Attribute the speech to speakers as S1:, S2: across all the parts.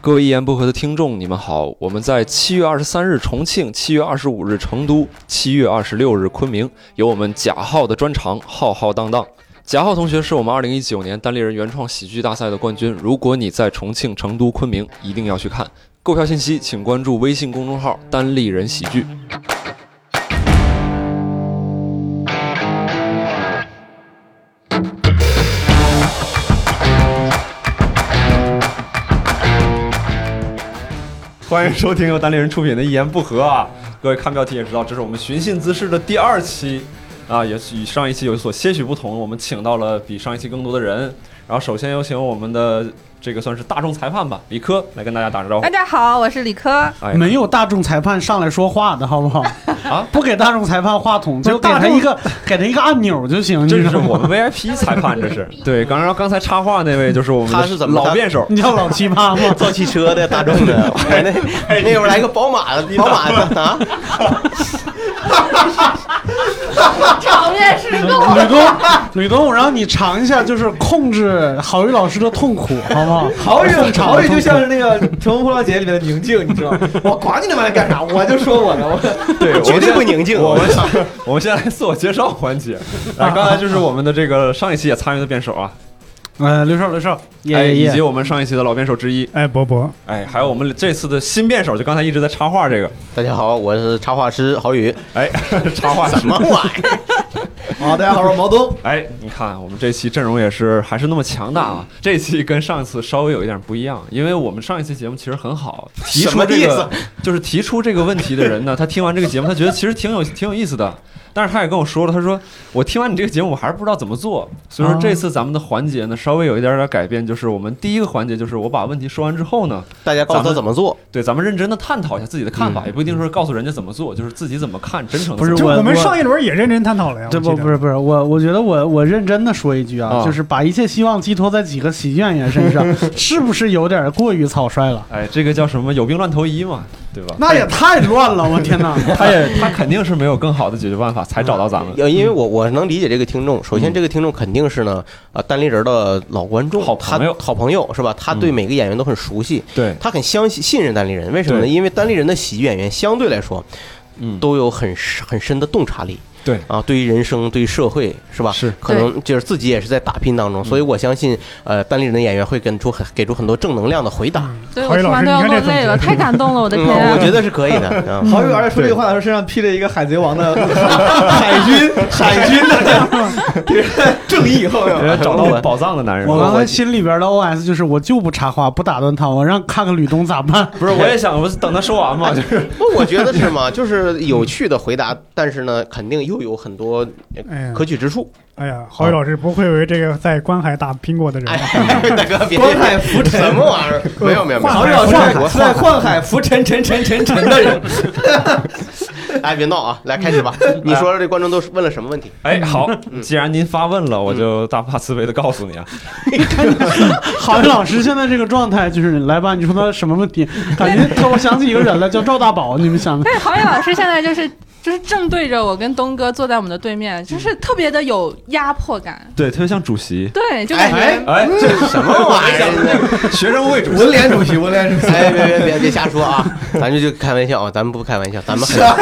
S1: 各位一言不合的听众，你们好！我们在七月二十三日重庆，七月二十五日成都，七月二十六日昆明，有我们贾浩的专场《浩浩荡荡》。贾浩同学是我们二零一九年单立人原创喜剧大赛的冠军。如果你在重庆、成都、昆明，一定要去看。购票信息请关注微信公众号“单立人喜剧”。欢迎收听由单立人出品的《一言不合》啊！各位看标题也知道，这是我们寻衅滋事的第二期啊，也与上一期有所些许不同，我们请到了比上一期更多的人。然后首先有请我们的这个算是大众裁判吧，李科来跟大家打个招呼
S2: 大。家好，我是李科。
S1: 哎，
S3: 没有大众裁判上来说话的好不好？
S1: 啊，
S3: 不给大众裁判话筒，
S1: 不是
S3: 就给
S1: 大
S3: 他
S1: 众
S3: 一个给他一个按钮就行。你
S1: 这
S3: 知
S1: 是
S3: 道
S1: 我
S3: 吗？
S1: 们 VIP 裁判，这是对。刚刚刚才插话那位就是我们的
S4: 他是怎么
S1: 老辩手？
S3: 你叫老奇葩 吗？
S4: 造汽车的大众 的，我那
S1: 哎
S4: 那会儿来个宝马的，宝马的啊，
S2: 场面失控，
S3: 吕东，吕东，我让你尝一下，就是控制郝宇老师的痛苦，好不好？
S5: 郝 宇，
S3: 控场的
S5: 郝宇
S3: 痛
S5: 就
S3: 苦
S5: 像是那个《乘风破浪姐》里面的宁静，你知道吗？我管你他妈来干啥，我就说我的，我
S1: 对，我们
S4: 绝对
S1: 现
S4: 不宁静。
S1: 我们我们现在来自我介绍环 节。啊，刚才就是我们的这个上一期也参与的辩手啊，
S3: 呃，刘少，刘少，
S1: 哎，
S3: 耶
S1: 以
S3: 耶
S1: 及
S3: 耶！
S1: 我们上一期的老辩手之一，
S3: 哎，伯伯，
S1: 哎，还有我们这次的新辩手，就刚才一直在插话这个，
S4: 大家好，我是插画师郝 宇。
S1: 哎，插话
S4: 什么玩意儿？
S5: 好，大家好，我是毛东。
S1: 哎，你看我们这期阵容也是还是那么强大啊！这期跟上一次稍微有一点不一样，因为我们上一期节目其实很好，提
S4: 什
S1: 出
S4: 么
S1: 这
S4: 意
S1: 个就是提出这个问题的人呢，他听完这个节目，他觉得其实挺有挺有意思的，但是他也跟我说了，他说我听完你这个节目，我还是不知道怎么做，所以说
S3: 啊
S1: 这次咱们的环节呢稍微有一点点改变，就是我们第一个环节就是我把问题说完之后呢，
S4: 大家告诉
S1: 咱们
S4: 他怎么做？
S1: 对，咱们认真的探讨一下自己的看法，也不一定说告诉人家怎么做，就是自己怎么看，真诚的
S3: 嗯不是
S6: 就
S3: 我
S6: 我们
S3: 我
S6: 上一轮也认真探讨了呀。
S3: 这
S6: 我
S3: 不
S6: 记得
S3: 不是不是我，我觉得我我认真的说一句啊
S1: 啊，
S3: 就是把一切希望寄托在几个喜剧演员身上，是不是有点过于草率了？哎
S1: 哎，这个叫什么？有病乱投医嘛，对吧？
S3: 那也太乱了，我天哪！
S1: 他也他肯定是没有更好的解决办法才找到咱们。嗯
S4: 呃因为我我能理解这个听众。首先，这个听众肯定是呢，呃，单立人的老观众，
S1: 好
S4: 他
S1: 朋友
S4: 好朋友是吧？他对
S1: 嗯
S4: 每个演员都很熟悉，
S1: 对，
S4: 他很相信信任单立人。为什么呢？
S1: 对
S4: 因为单立人的喜剧演员相对来说
S1: 嗯，
S4: 都有很深很深的洞察力。
S1: 对
S4: 啊，对于人生，对于社会，是吧？
S1: 是
S4: 可能就是自己也是在打拼当中，所以我相信，呃，单立人的演员会给出很给出很多正能量的回答。
S2: 对
S6: 郝
S2: 我
S6: 宇
S2: 听
S6: 老
S2: 完
S6: 师
S2: 都要
S6: 你看
S2: 落
S6: 这总
S2: 泪
S6: 结
S2: 了，太感动了，我的
S4: 嗯，
S2: 天啊！
S4: 我觉得是可以的。啊
S5: 郝宇，而且说这个话的时候，身上披着一个海贼王的海军海军的这样正义后面。
S1: 人家啊找到宝藏的男人。
S3: 我刚才心里边的 OS 就是，我就不插话，不打断他，我让看看吕东 咋办。
S1: 不是，我也想，我等他说完嘛，就是
S4: 不，我觉得是嘛，就是有趣的回答，但是呢，肯定又有很多
S6: 哎呀
S4: 可，取之处。
S6: 哎呀，郝宇老师不愧为这个在观海打拼过的人。
S4: 大哥，别
S5: 观海浮沉
S4: 什么玩意儿？没有没有没
S5: 郝宇
S4: 有，
S5: 老师是在宦海浮沉沉沉沉沉的人，
S4: 哎，别闹啊！来开始吧，你说说这观众都问了什么问题？
S1: 哎，好，既然您发问了，我就大发慈悲的告诉你啊，
S3: 郝宇老师现在这个状态就是，来吧，你说他什么问题？感觉他，我想起一个人来，叫赵大宝，你们想
S2: 但是郝宇老师现在就是就是正对着我跟东哥坐在我们的对面，就是特别的有压迫感。
S1: 对，特别像主席，
S2: 对，就感觉
S1: 哎，这
S4: 什么玩意儿？
S1: 学生会主席，
S5: 文联主席，文联 主席。
S4: 哎，别别别别瞎说啊！咱就就开玩笑啊，咱们不开玩笑，咱们很
S1: 啊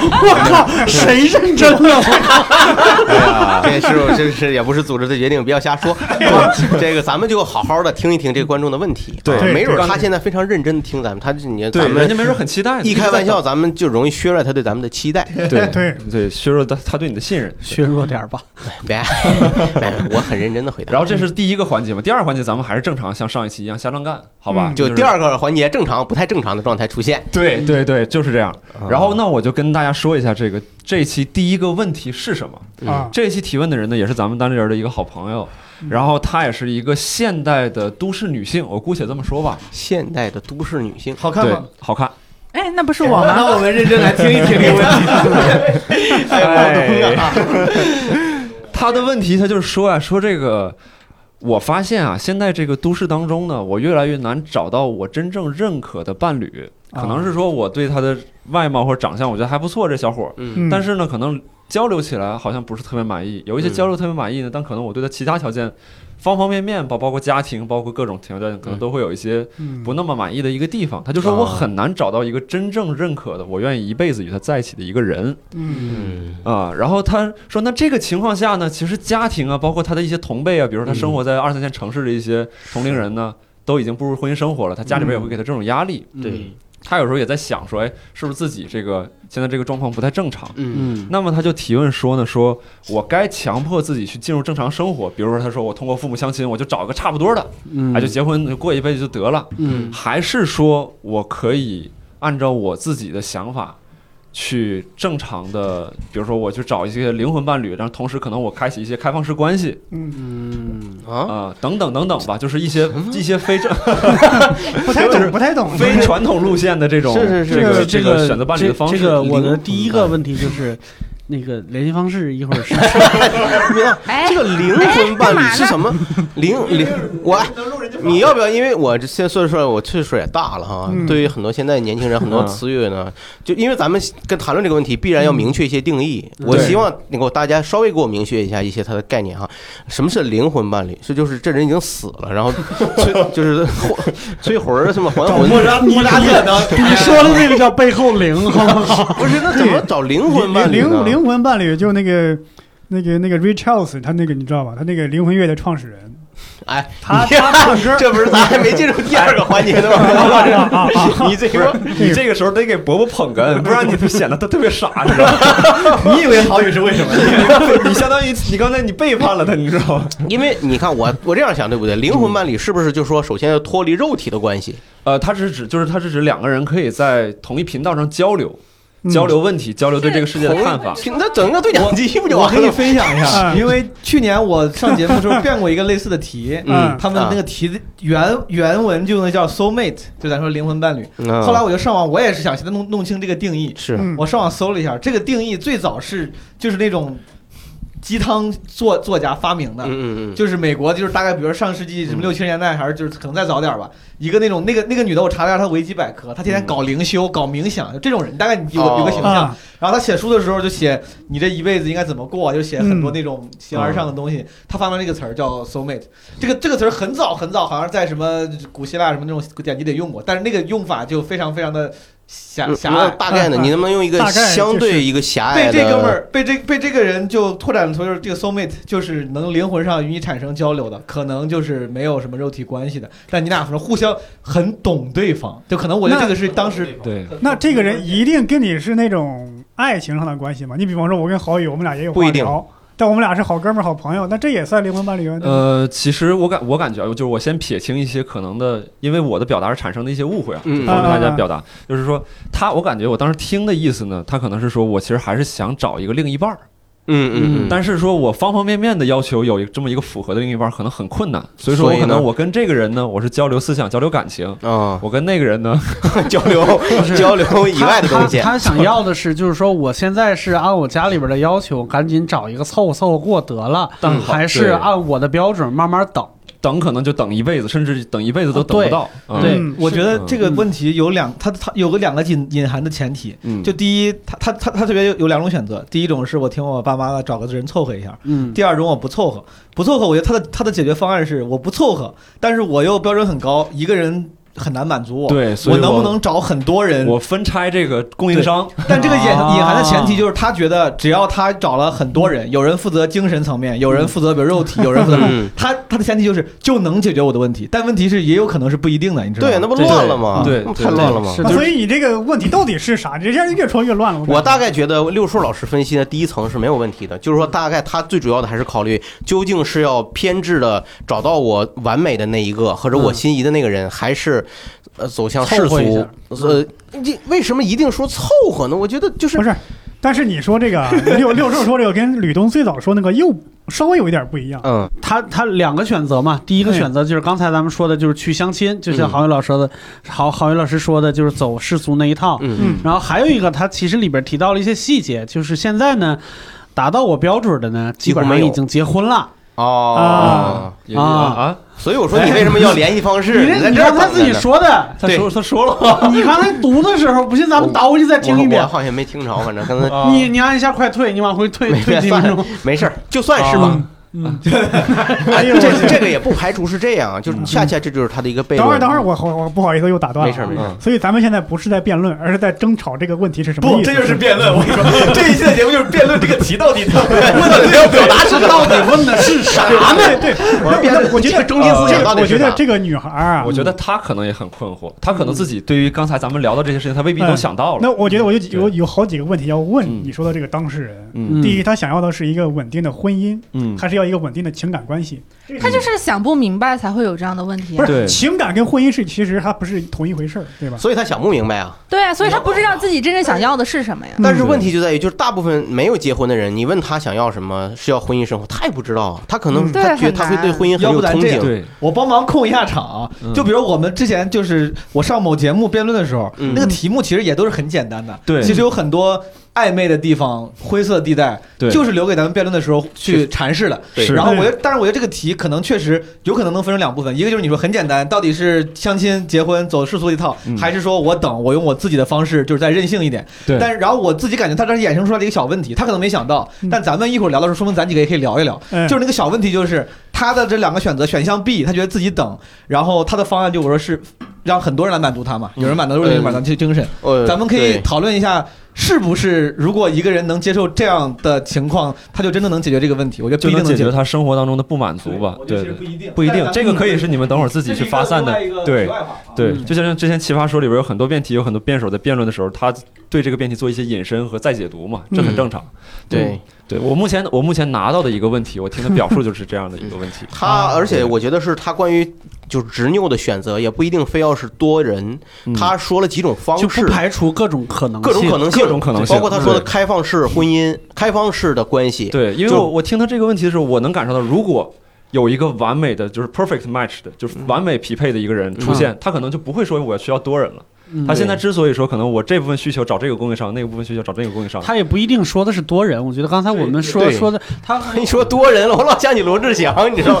S3: 我靠，谁认真了？
S4: 哎呀，这是我这是也不是组织的决定，不要 瞎说。
S1: 啊
S4: 这个咱们就好好的听一听这观众的问题，
S1: 对
S4: 啊
S6: 对
S4: 没准
S1: 对
S4: 他现在非常认真的听咱们，他就你
S1: 对，
S4: 咱
S1: 人
S4: 们
S1: 家没准很期待呢，
S4: 一开玩笑，咱们就容易削弱他对咱们的期待。
S1: 对
S6: 对
S1: 对，削弱他他对你的信任。
S3: 削弱点吧。
S4: 别，哎我很认真的回答。
S1: 然后这是第一个环节嘛，第二个环节咱们还是正常，像上一期一样瞎乱干，好吧？
S6: 嗯
S4: 就是第二个环节，正常不太正常的状态出现。
S1: 对对对，就是这样。
S4: 啊
S1: 然后那我就跟大家说一下这个这一期第一个问题是什么。
S6: 啊，
S1: 这一期提问的人呢，也是咱们单立人的一个好朋友，然后她也是一个现代的都市女性，我姑且这么说吧。
S4: 现代的都市女性，
S5: 好看
S1: 对
S5: 吗？，
S1: 好看。
S2: 哎，那不是我吗？
S5: 那我们认真来听一听这个问题。
S1: 哎， 她的问题，她就是说啊，说这个，我发现啊，现在这个都市当中呢，我越来越难找到我真正认可的伴侣。可能是说我对他的外貌或者长相，我觉得还不错，这小伙儿。
S4: 嗯，
S6: 嗯
S1: 但是呢，可能交流起来好像不是特别满意，有一些
S4: 嗯
S1: 交流特别满意呢，但可能我对他其他条件方方面面吧，包括家庭，包括各种条件，可能都会有一些
S6: 嗯，
S1: 不那么满意的一个地方。他就说我
S4: 啊
S1: 很难找到一个真正认可的，我愿意一辈子与他在一起的一个人
S6: 嗯，
S4: 嗯
S1: 啊。然后他说，那这个情况下呢，其实家庭啊，包括他的一些同辈啊，比如说他
S4: 嗯
S1: 生活在二三线城市的一些同龄人呢，都已经步入婚姻生活了，他家里边也会给他这种压力。
S4: 嗯对，
S1: 他有时候也在想说，哎，是不是自己这个现在这个状况不太正常？
S4: 嗯
S3: 嗯，
S1: 那么他就提问说呢，说我该强迫自己去进入正常生活，比如说他说我通过父母相亲，我就找个差不多的，
S3: 嗯，
S1: 哎，就结婚就过一辈子就得了，
S3: 嗯
S1: 还是说我可以按照我自己的想法。去正常的，比如说我去找一些灵魂伴侣，但是同时可能我开启一些开放式关系
S3: 嗯，
S1: 啊、
S4: 啊，
S1: 等等等等吧，就是一些一些非 正
S6: 不太懂，不太懂，
S1: 非传统路线的这种
S3: 是是是
S1: 这个
S3: 这
S1: 个选择伴侣的方式。
S3: 这个 我的
S1: 灵
S3: 第一个问题就是，那个联系方式一会儿是
S2: 哎，
S4: 这个灵魂
S6: 哎
S4: 伴侣是什么？灵灵，我你要不要？因为我这现在岁数上，我岁数也大了哈。
S6: 嗯
S4: 对于很多现在年轻人，很多词语呢，就因为咱们跟谈论这个问题，必然要明确一些定义。
S3: 嗯
S4: 我
S1: 对
S4: 希望能够大家稍微给我明确一下一些它的概念哈。什么是灵魂伴侣？这就是这人已经死了，然后 催就是 催魂儿什么还魂。
S5: 扎莫扎特哎的，
S3: 你说的那个叫背后 灵，好吗？
S4: 不是，那怎么找灵魂伴侣
S6: 灵
S4: 呢？
S6: 灵灵魂伴侣就那个。那个那个 Ray Charles，他那个你知道吧？他那个灵魂乐的创始人，
S4: 哎，
S6: 他
S4: 你，
S6: 他唱 歌
S4: 这不是咱还没进入第二个环节
S1: 啊
S4: 呢吗？
S1: 魂，你这个你啊这个时候得给伯伯捧哏，不然你就显得他特别傻， 你知道吗？
S5: 你以为郝宇是为什么？
S1: 你相当于你刚才你背叛了他，你知道吗？
S4: 因为你看我我这样想对不对？灵魂伴侣是不是就说首先要脱离肉体的关系？
S1: 呃，他是指就是他是指两个人可以在同一频道上交流，
S6: 嗯
S1: 交流问题，交流对这个世界的看法。
S4: 那整个对讲机不就
S5: 我
S4: 完
S5: 可以
S4: 了？
S5: 分享一下，
S6: 嗯
S5: 因为去年我上节目的时候变过一个类似的题，
S4: 啊
S6: 嗯
S5: 他们那个题的原原文就那叫 soul mate，就咱说灵魂伴侣。
S4: 嗯
S5: 后来我就上网，我也是想现在弄弄清这个定义。
S4: 是
S6: 嗯
S5: 我上网搜了一下，这个定义最早是就是那种鸡汤作作家发明的，
S4: 嗯嗯
S5: 就是美国，就是大概比如上世纪什么六七十年代，还是就是可能再早点吧。一个那种那个那个女的，我查了一下她维基百科，她天天
S1: 嗯
S5: 搞灵修、搞冥想，就这种人，你大概你嗯有个
S4: 哦
S5: 有个形象。
S6: 啊，
S5: 然后她写书的时候就写你这一辈子应该怎么过，就写
S3: 嗯
S5: 很多那种形而上的东西。她发明了一个词儿叫 soul mate，这个这个词儿很早很早，好像在什么古希腊什么那种典籍里用过，但是那个用法就非常非常的狭
S4: 嗯，
S5: 狭隘。
S4: 大概呢？你能不能用一个
S6: 大概就是
S4: 相对一个狭隘的？
S5: 被这哥们儿被这被这个人就拓展出就是这个 soul mate 就是能灵魂上与你产生交流的，可能就是没有什么肉体关系的，但你俩可能互相很懂对方，就可能我觉得这个是当时
S1: 对，
S4: 哦
S6: 那这个人一定跟你是那种爱情上的关系吗？你比方说，我跟郝宇，我们俩也有话
S4: 不一定
S6: 聊，但我们俩是好哥们儿、好朋友，那这也算灵魂伴侣啊？对吧
S1: 呃，其实我感我感觉啊就是我先撇清一些可能的，因为我的表达是产生的一些误会啊，
S4: 嗯
S1: 方便大
S6: 啊
S1: 家
S6: 啊啊
S1: 表达，就是说他我感觉我当时听的意思呢，他可能是说我其实还是想找一个另一半儿。
S4: 嗯嗯嗯，
S1: 但是说我方方面面的要求有一这么一个符合的另一半可能很困
S4: 嗯
S1: 难，所以说
S4: 所以
S1: 我
S4: 呢
S1: 可能我跟这个人呢，我是交流思想、交流感情；
S4: 啊，
S1: 我跟那个人呢，
S4: 交流交 流以外的东西
S3: 他。他想要的是，就是说，我现在是按我家里边的要求，赶紧找一个凑合凑合过得了，
S1: 嗯
S3: 还是
S1: 对
S3: 按我的标准慢慢等？
S1: 等可能就等一辈子，甚至等一辈子都等不到。
S4: 哦
S1: 嗯
S3: 对
S6: 嗯
S5: 我
S6: 是
S5: 觉得
S1: 嗯
S5: 这个问题有两，它它有个两个隐隐含的前提，
S1: 嗯，
S5: 就第一，他他他他特别有有两种选择，第一种是我听我爸妈的，找个人凑合一下。
S3: 嗯，
S5: 第二种我不凑合，不凑合，我觉得他的他的解决方案是我不凑合，但是我又标准很高，一个人很难满足我。
S1: 对，所
S5: 我
S1: 以
S5: 能不能找很多人？
S1: 我分拆这个供应商？
S5: 但这个隐
S3: 啊
S5: 隐含的前提就是，他觉得只要他找了很多人，有人负责精神层面，有人负责比如肉体，有人负责
S4: 嗯，
S5: 他他的前提就是就能解决我的问题。但问题是，也有可能是不一定的，你知道吗？
S4: 对，那不乱了吗？
S1: 对
S4: 那不
S1: 对
S4: 太乱了吗
S3: 是？
S6: 啊
S3: 就是
S6: 所以你这个问题到底是啥？你这越说越乱了。
S4: 我
S6: 感觉
S4: 大概觉得六叔老师分析的第一层是没有问题的，就是说大概他最主要的还是考虑究竟是要偏执的找到我完美的那一个，或者我心仪的那个人，还是呃走向世
S3: 凑合一
S4: 俗
S3: 下？
S4: 呃，你为什么一定说凑合呢？我觉得就是
S6: 不是，但是你说这个啊六六兽说这个跟吕东最早说那个又稍微有一点不一样。
S4: 嗯
S3: 他他两个选择嘛，第一个
S6: 对
S3: 选择就是刚才咱们说的，就是去相亲，就像
S4: 嗯
S3: 郝宇老师的，郝郝宇老师说的，就是走世俗那一套。
S4: 嗯
S3: 然后还有一个，他其实里边提到了一些细节，就是现在呢，达到我标准的呢，基本上已经结婚了。
S4: 哦，
S1: 也啊，
S4: 所以我说你为什么要联系方式？
S3: 你
S4: 在
S3: 这你
S4: 这儿
S3: 刚才自己说的，
S1: 他
S4: 对
S1: 说他说了吗？
S3: 你刚才读的时候，不信咱们倒回去再听一
S4: 我我
S3: 遍。
S4: 好 像没听着，反正刚才
S1: 啊
S3: 你你按一下快退，你往回退
S4: 没
S3: 退几分钟。
S4: 没事儿，就算是吧。
S6: 嗯，
S4: 哎
S6: 哎呦
S4: 呦，
S6: 我
S4: 这这个也不排除是这样，就是恰恰这就是他的一个悖论。
S6: 等会儿等会儿，我嗯我我不好意思又打断了。啊
S4: 没事没事
S6: 所以咱们现在不是在辩论，而是在争吵这个问题是什么
S5: 不，
S6: 意思？
S5: 这就是辩论。我跟 你说，这一期的节目就是辩论这个题到底 能不能问的
S4: 要表达是到底问的是啥呢？
S6: 对，
S4: 我呃们辩论，
S6: 我觉得
S4: 这个中心思
S6: 这
S4: 想
S6: 个
S4: 到底
S6: 我觉
S4: 是
S6: 得
S4: 啥？
S6: 这个女孩儿啊，
S1: 我觉得他可能也很困惑，他可能自己对于刚才咱们聊的这些事情，他未必都想到了。
S6: 那我觉得我有几
S1: 对
S6: 有有好几个问题要问
S1: 嗯
S6: 你说的这个当事人。
S1: 嗯
S6: 第一，他想要的是一个稳定的婚姻，
S1: 嗯，
S6: 还是要一个稳定的情感关系？
S2: 他就是想不明白才会有这样的问题
S6: 不
S2: 啊。
S1: 对
S6: 是情感跟婚姻是其实它不是同一回事儿，对吧？
S4: 所以他想不明白啊。
S2: 对啊，所以他不知道自己真正想要的是什么呀。
S4: 但是问题就在于，就是大部分没有结婚的人，你问他想要什么，是要婚姻生活，他也不知道啊。他可能
S6: 嗯
S4: 他
S2: 对
S4: 觉得
S2: 很
S4: 他会
S2: 难
S4: 对婚姻很
S5: 要
S4: 有
S5: 不咱
S4: 憧
S5: 这样
S4: 憬。
S1: 对，
S5: 我帮忙控一下场啊
S1: 嗯，
S5: 就比如我们之前就是我上某节目辩论的时候，
S4: 嗯
S5: 那个题目其实也都是很简单的，
S1: 对
S5: 其实有很多暧昧的地方、灰色地带，
S1: 对
S5: 就是留给咱们辩论的时候去阐释的。
S1: 是
S5: 然后我觉得，但是我觉得这个题可能确实有可能能分成两部分，一个就是你说很简单，到底是相亲、结婚走世俗一套
S1: 嗯，
S5: 哦还是说我等我用我自己的方式，就是再任性一点。
S1: 对
S5: 但是然后我自己感觉他这是衍生出来的一个小问题，他可能没想到
S6: 嗯，
S5: 但咱们一会儿聊的时候，说明咱几个也可以聊一聊。
S6: 嗯
S5: 就是那个小问题，就是他的这两个选择，选项 B，他觉得自己等，然后他的方案就我说是让很多人来满足他嘛，有人满足，有人
S3: 嗯
S5: 满足这精神，
S4: 呃，
S5: 咱们可以
S4: 对
S5: 讨论一下，是不是如果一个人能接受这样的情况，他就真的能解决这个问题？我觉得不
S1: 就
S5: 一定
S1: 能
S5: 能
S1: 解
S5: 决
S1: 决。他生活当中的不满足吧。对对，
S5: 一定
S1: 不一定，这个可以是你们等会儿自己去发散的。对。
S5: 啊
S1: 对，
S5: 嗯
S1: 就像之前《奇葩说》里边有很多辩题，有很多辩手在辩论的时候，他对这个辩题做一些引申和再解读嘛，这
S5: 嗯
S1: 很正常。
S4: 对
S1: 对我目前我目前拿到的一个问题，我听他表述就是这样的一个问题。
S4: 他，而且我觉得是他关于就是执拗的选择，也不一定非要是多人。
S1: 嗯
S4: 他说了几种方
S3: 就不
S4: 式，
S3: 排除各种可能性，
S4: 各种可能性，
S1: 各种可能性
S4: 包括他说的
S1: 对
S4: 开放式婚姻、开放式的关系。
S1: 对，因为
S4: 就
S1: 我我听他这个问题的时候，我能感受到，如果有一个完美的，就是 perfect match 的，就是完美匹配的一个人出现，他可能就不会说我需要多人了。
S3: 嗯
S1: 他现在之所以说可能我这部分需求找这个供应商，那个部分需求找那个供应商，
S3: 他也不一定说的是多人，我觉得刚才我们说
S4: 对
S3: 说的，他
S4: 你说多人了，我老想起罗志祥，你知道吗？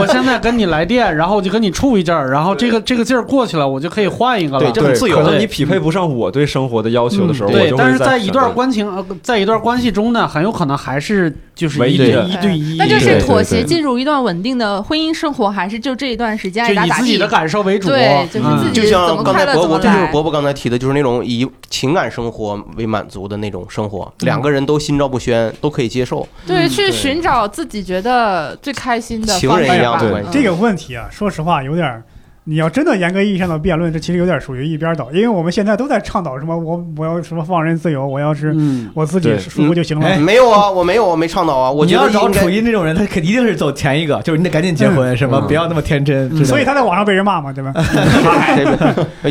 S3: 我现在跟你来电，然后我就跟你处一阵儿，然后这个这个劲儿过去了，我就可以换一个
S4: 对
S3: 了
S4: 这。很自由
S1: 可能
S3: 对
S1: 你匹配不上我对生活的要求的时候，
S3: 嗯
S1: 我
S3: 对
S1: 就，
S3: 但
S1: 会
S3: 是在一段
S1: 想
S3: 关情，呃，在一段关系中呢，很有可能还是就是
S1: 唯
S3: 一
S1: 一
S3: 对
S1: 的
S3: 一对一，
S2: 那就
S1: 对
S2: 是
S1: 对
S2: 妥
S1: 对
S2: 协进入一段稳定的婚姻生活，还是就这一段时间爱
S3: 就
S2: 咋
S3: 以
S2: 咋
S3: 自己
S2: 地
S3: 的？感受为主，
S2: 对就是
S3: 嗯
S2: 自己
S4: 就
S2: 怎
S4: 像
S2: 么
S4: 刚
S2: 快
S4: 才
S2: 乐
S4: 伯
S2: 怎么
S4: 伯，这就是
S2: 来
S4: 伯伯刚才提的，就是那种以情感生活为满足的那种生活，
S2: 嗯
S4: 两个人都心照不宣，都可以接受。
S2: 对，
S3: 嗯
S2: 去寻找自己觉得最开心的
S4: 情
S2: 方
S4: 人
S2: 式
S4: 一样
S2: 吧
S1: 的
S4: 关系
S2: 嗯
S6: 这个问题啊，说实话有点儿，你要真的严格意义上的辩论，这其实有点属于一边倒，因为我们现在都在倡导什么我我要什么放任自由，我要是
S3: 嗯，
S6: 我自己
S1: 对
S6: 舒服就行了。
S5: 哎
S4: 没有啊，我没有，我没倡导啊。我
S5: 你
S4: 觉
S5: 要
S4: 得
S5: 找
S4: 应该
S5: 楚音这种人，他肯一定是走前一个，就是你得赶紧结婚，什么
S4: 嗯
S5: 不要那么天真之类的。
S6: 所以他在网上被人骂嘛，对吧？
S4: 哎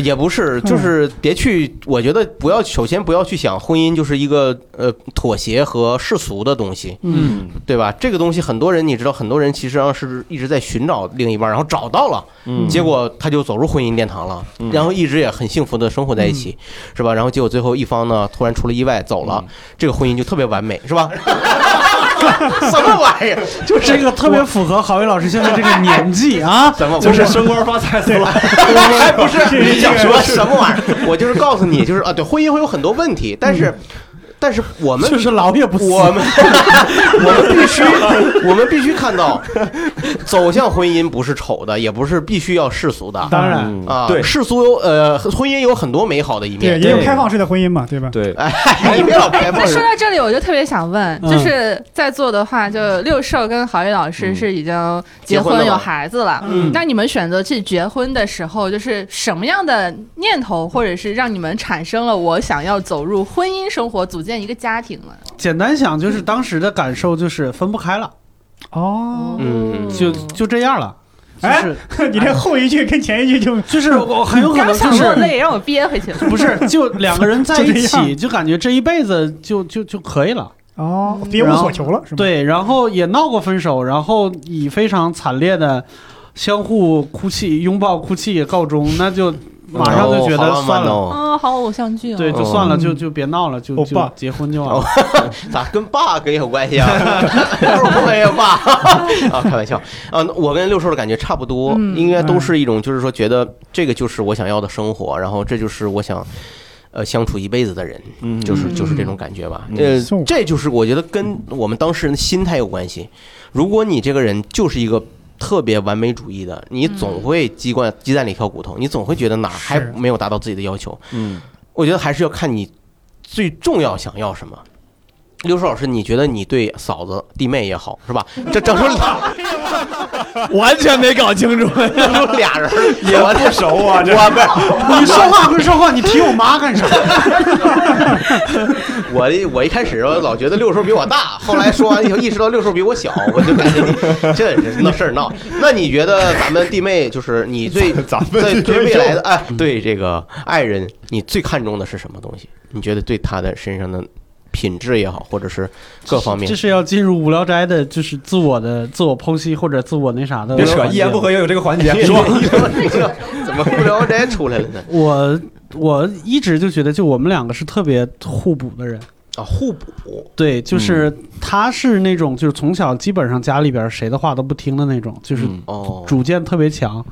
S4: 也不是，就是
S2: 嗯
S4: 别去。我觉得不要，首先不要去想婚姻就是一个呃妥协和世俗的东西，
S1: 嗯
S4: 对吧？这个东西很多人你知道，很多人其实上是一直在寻找另一半，然后找到了，
S1: 嗯，
S4: 结果他就走入婚姻殿堂了，
S1: 嗯
S4: 然后一直也很幸福的生活在一起，是吧？然后结果最后一方呢突然出了意外走了，这个婚姻就特别完美，是吧？什么玩意儿？
S3: 就这个特别符合郝伟老师现在这个年纪啊，
S4: 怎么
S1: 就
S4: 不
S1: 是升官发财死了。
S4: 还不是
S6: 是
S4: 你想
S6: 这个
S4: 说什么玩意儿？我就是告诉你，就是啊，对，婚姻会有很多问题，但是，但是我们
S3: 就是老也不死。
S4: 我们我们必须我们必须看到，走向婚姻不是丑的，也不是必须要世俗的
S3: 当然，
S1: 嗯
S4: 啊。
S1: 对
S4: 世俗有呃，婚姻有很多美好的一
S6: 对，
S4: 面。
S6: 也有开放式的婚姻嘛，对吧？
S1: 对，
S4: 哎，你别 老开放
S2: 那。
S3: 啊
S2: 说到这里，我就特别想问，
S3: 嗯
S2: 就是在座的话，就六兽跟郝宇老师
S1: 嗯
S2: 是已经结
S4: 结婚了
S2: 婚有
S4: 吧
S2: 孩子了，
S3: 嗯
S2: 那你们选择去结婚的时候，就是什么样的念头，或者是让你们产生了我想要走入婚姻生活、组建一个家庭了？
S3: 简单想就是当时的感受就是分不开了，
S6: 哦，
S4: 嗯
S3: 就就这样了。
S6: 哎
S3: 就是
S6: 你这后一句跟前一句就
S3: 就是我很有可能
S2: 刚想
S3: 就
S2: 落
S3: 是
S2: 泪，让我憋回去了。
S3: 不是就两个人在
S6: 就
S3: 一
S6: 这样
S3: 起，就感觉这一辈子就就就可以了。
S6: 哦，别无所求了，是吗？，
S3: 对，然后也闹过分手，然后以非常惨烈的相互哭泣、拥抱、哭泣告终，那就马上就觉
S4: 哦好
S3: 得
S4: 浪
S3: 算
S4: 漫
S3: 了，嗯
S4: 哦，
S2: 啊，好偶像剧哦。
S3: 对，就算了，
S6: 嗯
S3: 就就别闹了，就
S6: 欧
S3: 就
S6: 巴
S3: 结婚就完了。
S4: 咋跟爸跟有关系 啊？ 我也爸 啊，开玩笑啊，我跟六叔的感觉差不多，
S2: 嗯
S4: 应该都是一种，就是说觉得这个就是我想要的生活，然后这就是我想。呃相处一辈子的人，
S1: 嗯
S4: 就是
S2: 嗯
S4: 就是这种感觉吧。
S1: 嗯
S6: 送
S4: 呃，这就是我觉得跟我们当事人的心态有关系。如果你这个人就是一个特别完美主义的，你总会鸡冠鸡蛋里挑骨头，你总会觉得哪儿还
S6: 是
S4: 没有达到自己的要求。
S1: 嗯
S4: 我觉得还是要看你最重要想要什么。刘叔老师，你觉得你对嫂子、弟妹也好，是吧？这整出俩
S1: 嗯
S7: 完全没搞清 楚，
S4: 整出俩人儿
S7: 也不熟啊，这
S4: 我不是
S3: 你说话归说话，你提我妈干啥？
S4: 我一我一开始我老觉得六叔比我大，后来说完以后意识到六叔比我小，我就感觉你这是闹事儿闹。那你觉得咱们弟妹就是你最
S7: 咱们
S4: 对对
S7: 弟妹
S4: 未来的哎，对这个爱人，你最看重的是什么东西？你觉得对她的身上的品质也好，或者是各方面
S3: 这，是 要进入无聊斋的，就是自我的自我剖析或者自我那啥的。
S7: 别扯，一言不。合也有这个环节。
S4: 说
S7: 说
S4: 怎么无聊斋出来了呢？
S3: 我我一直就觉得，就我们两个是特别互补的人。
S4: 啊，互补，
S3: 对，就是他是那种就是从小基本上家里边谁的话都不听的那种，就是
S1: 嗯
S4: 哦，
S3: 主见特别强。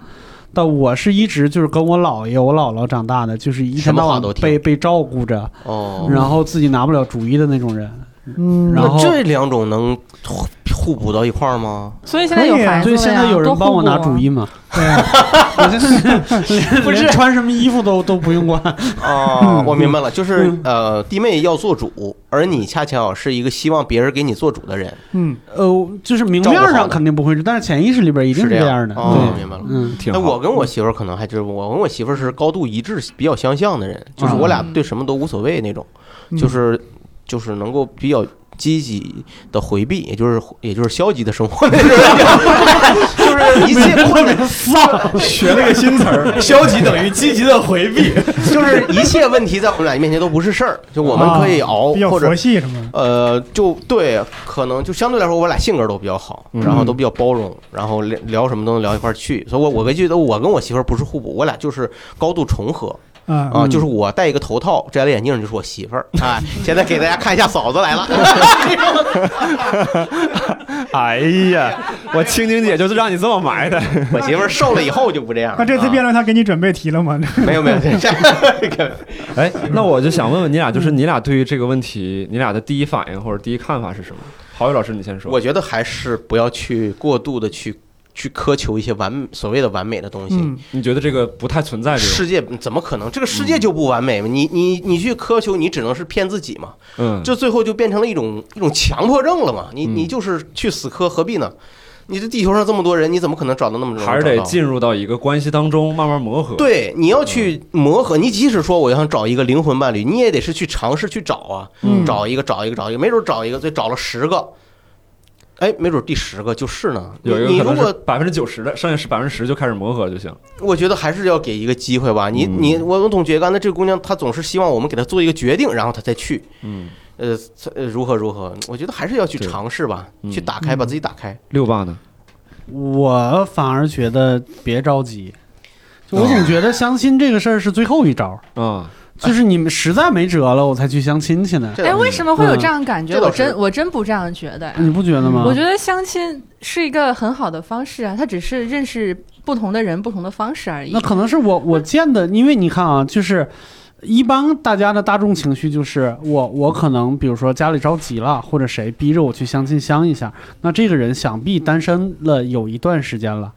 S3: 但我是一直就是跟我姥爷、我姥姥长大的，就是一天到
S4: 什么话
S3: 晚
S4: 都听
S3: 被被照顾着，
S4: 哦，
S3: 然后自己拿不了主意的那种人。
S6: 嗯
S3: 然后
S4: 那这两种能互互补到一块儿吗？
S2: 所以现在有
S6: 可以啊
S2: 孩子
S3: 对，
S2: 了呀，
S3: 现在有人帮我拿主意嘛？
S6: 对啊，
S3: 我就是
S4: 不是
S3: 连穿什么衣服都都不用管。
S4: 哦，我明白了，就是
S3: 嗯
S4: 呃，弟妹要做主，而你恰巧是一个希望别人给你做主的人，
S6: 嗯，
S3: 呃，就是明面
S4: 照顾好
S3: 上
S4: 的
S3: 肯定不会是，但是潜意识里边一定
S4: 是
S3: 是
S4: 这
S3: 这
S4: 样
S3: 样的。
S4: 哦，
S3: 对，
S4: 明白了。
S3: 嗯，
S1: 挺
S4: 那
S1: 好。
S4: 我跟我媳妇儿可能还就是我跟我媳妇儿是高度一致、比较相像的人，就是
S3: 啊
S4: 我俩
S2: 嗯
S4: 对什么都无所谓那种，
S6: 嗯
S4: 就是就是能够比较积极的回避，也就是也就是消极的生活那种， 就是一切困难
S7: 学了个新词儿，消极等于积极的回 避。
S4: 就是一切问题在我们俩面前都不是事儿，就我们可以
S3: 啊
S4: 熬
S6: 比较
S4: 哦或者
S6: 佛系什么的。
S4: 呃，就对，可能就相对来说，我俩性格都比较好，
S1: 嗯
S4: 然后都比较包容，然后聊聊什么都能聊一块儿去。所以我，我我觉得我跟我媳妇儿不是互补，我俩就是高度重合
S6: 啊
S4: 啊、
S3: 嗯
S4: 就是我戴一个头套，摘了眼镜就是我媳妇 儿。哎，现在给大家看一下嫂子来了，
S7: 哎呀，我青青姐就是让你这么埋的。
S4: 我媳妇儿瘦了以后就不这样了。
S6: 那这次辩论他给你准备题了吗？
S4: 啊、没有没有，这这
S1: 哎，那我就想问问你俩，就是你俩对于这个问题，你俩的第一反应或者第一看法是什么？郝宇老师，你先说。
S4: 我觉得还是不要去过度的去去苛求一些完所谓的完美的东西。
S6: 嗯，
S1: 你觉得这个不太存在这种？
S4: 世界怎么可能？这个世界就不完美嘛？你你你去苛求，你只能是骗自己嘛。
S1: 嗯，
S4: 这最后就变成了一种一种强迫症了嘛？你
S1: 嗯
S4: 你就是去死磕，何必呢？你这地球上这么多人，你怎么可能找到那么多人？
S1: 还是得。进入到一个关系当中，慢慢磨合。，
S4: 对，你要去
S1: 嗯
S4: 磨合。你即使说我要想找一个灵魂伴侣，你也得是去尝试去找啊，
S6: 嗯
S4: 找一个，找一个，找一个，没准找一个，所以找了十个，哎，没准第十个就是呢。你
S1: 有一
S4: 你
S1: 个可能
S4: 如
S1: 是
S4: 果
S1: 百分之九十的，剩下是百分之十就开始磨合就行。
S4: 我觉得还是要给一个机会吧。你
S1: 嗯
S4: 你我我总觉得刚才这个姑娘她总是希望我们给她做一个决定，然后她再去，
S1: 嗯，
S4: 呃，呃如何如何？我觉得还是要去
S1: 对
S4: 尝试吧，
S1: 嗯
S4: 去打开，把自己打开。
S1: 六爸呢？
S3: 我反而觉得别着急，就我
S4: 哦
S3: 总觉得相亲这个事儿是最后一招，
S1: 啊，
S3: 就是你们实在没辙了，我才去相亲去呢。
S4: 这
S2: 哎，为什么会有
S6: 嗯
S2: 这样的感觉？
S4: 这
S2: 我
S4: 倒是
S2: 真我真不这样觉得。
S3: 你不觉得吗？
S2: 我觉得相亲是一个很好的方式啊，它只是认识不同的人、不同的方式而已
S3: 那。可能是我我见的，因为你看啊，就是一般大家的大众情绪就是我我可能比如说家里着急了，或者谁逼着我去相亲相一下，那这个人想必单身了有一段时间了，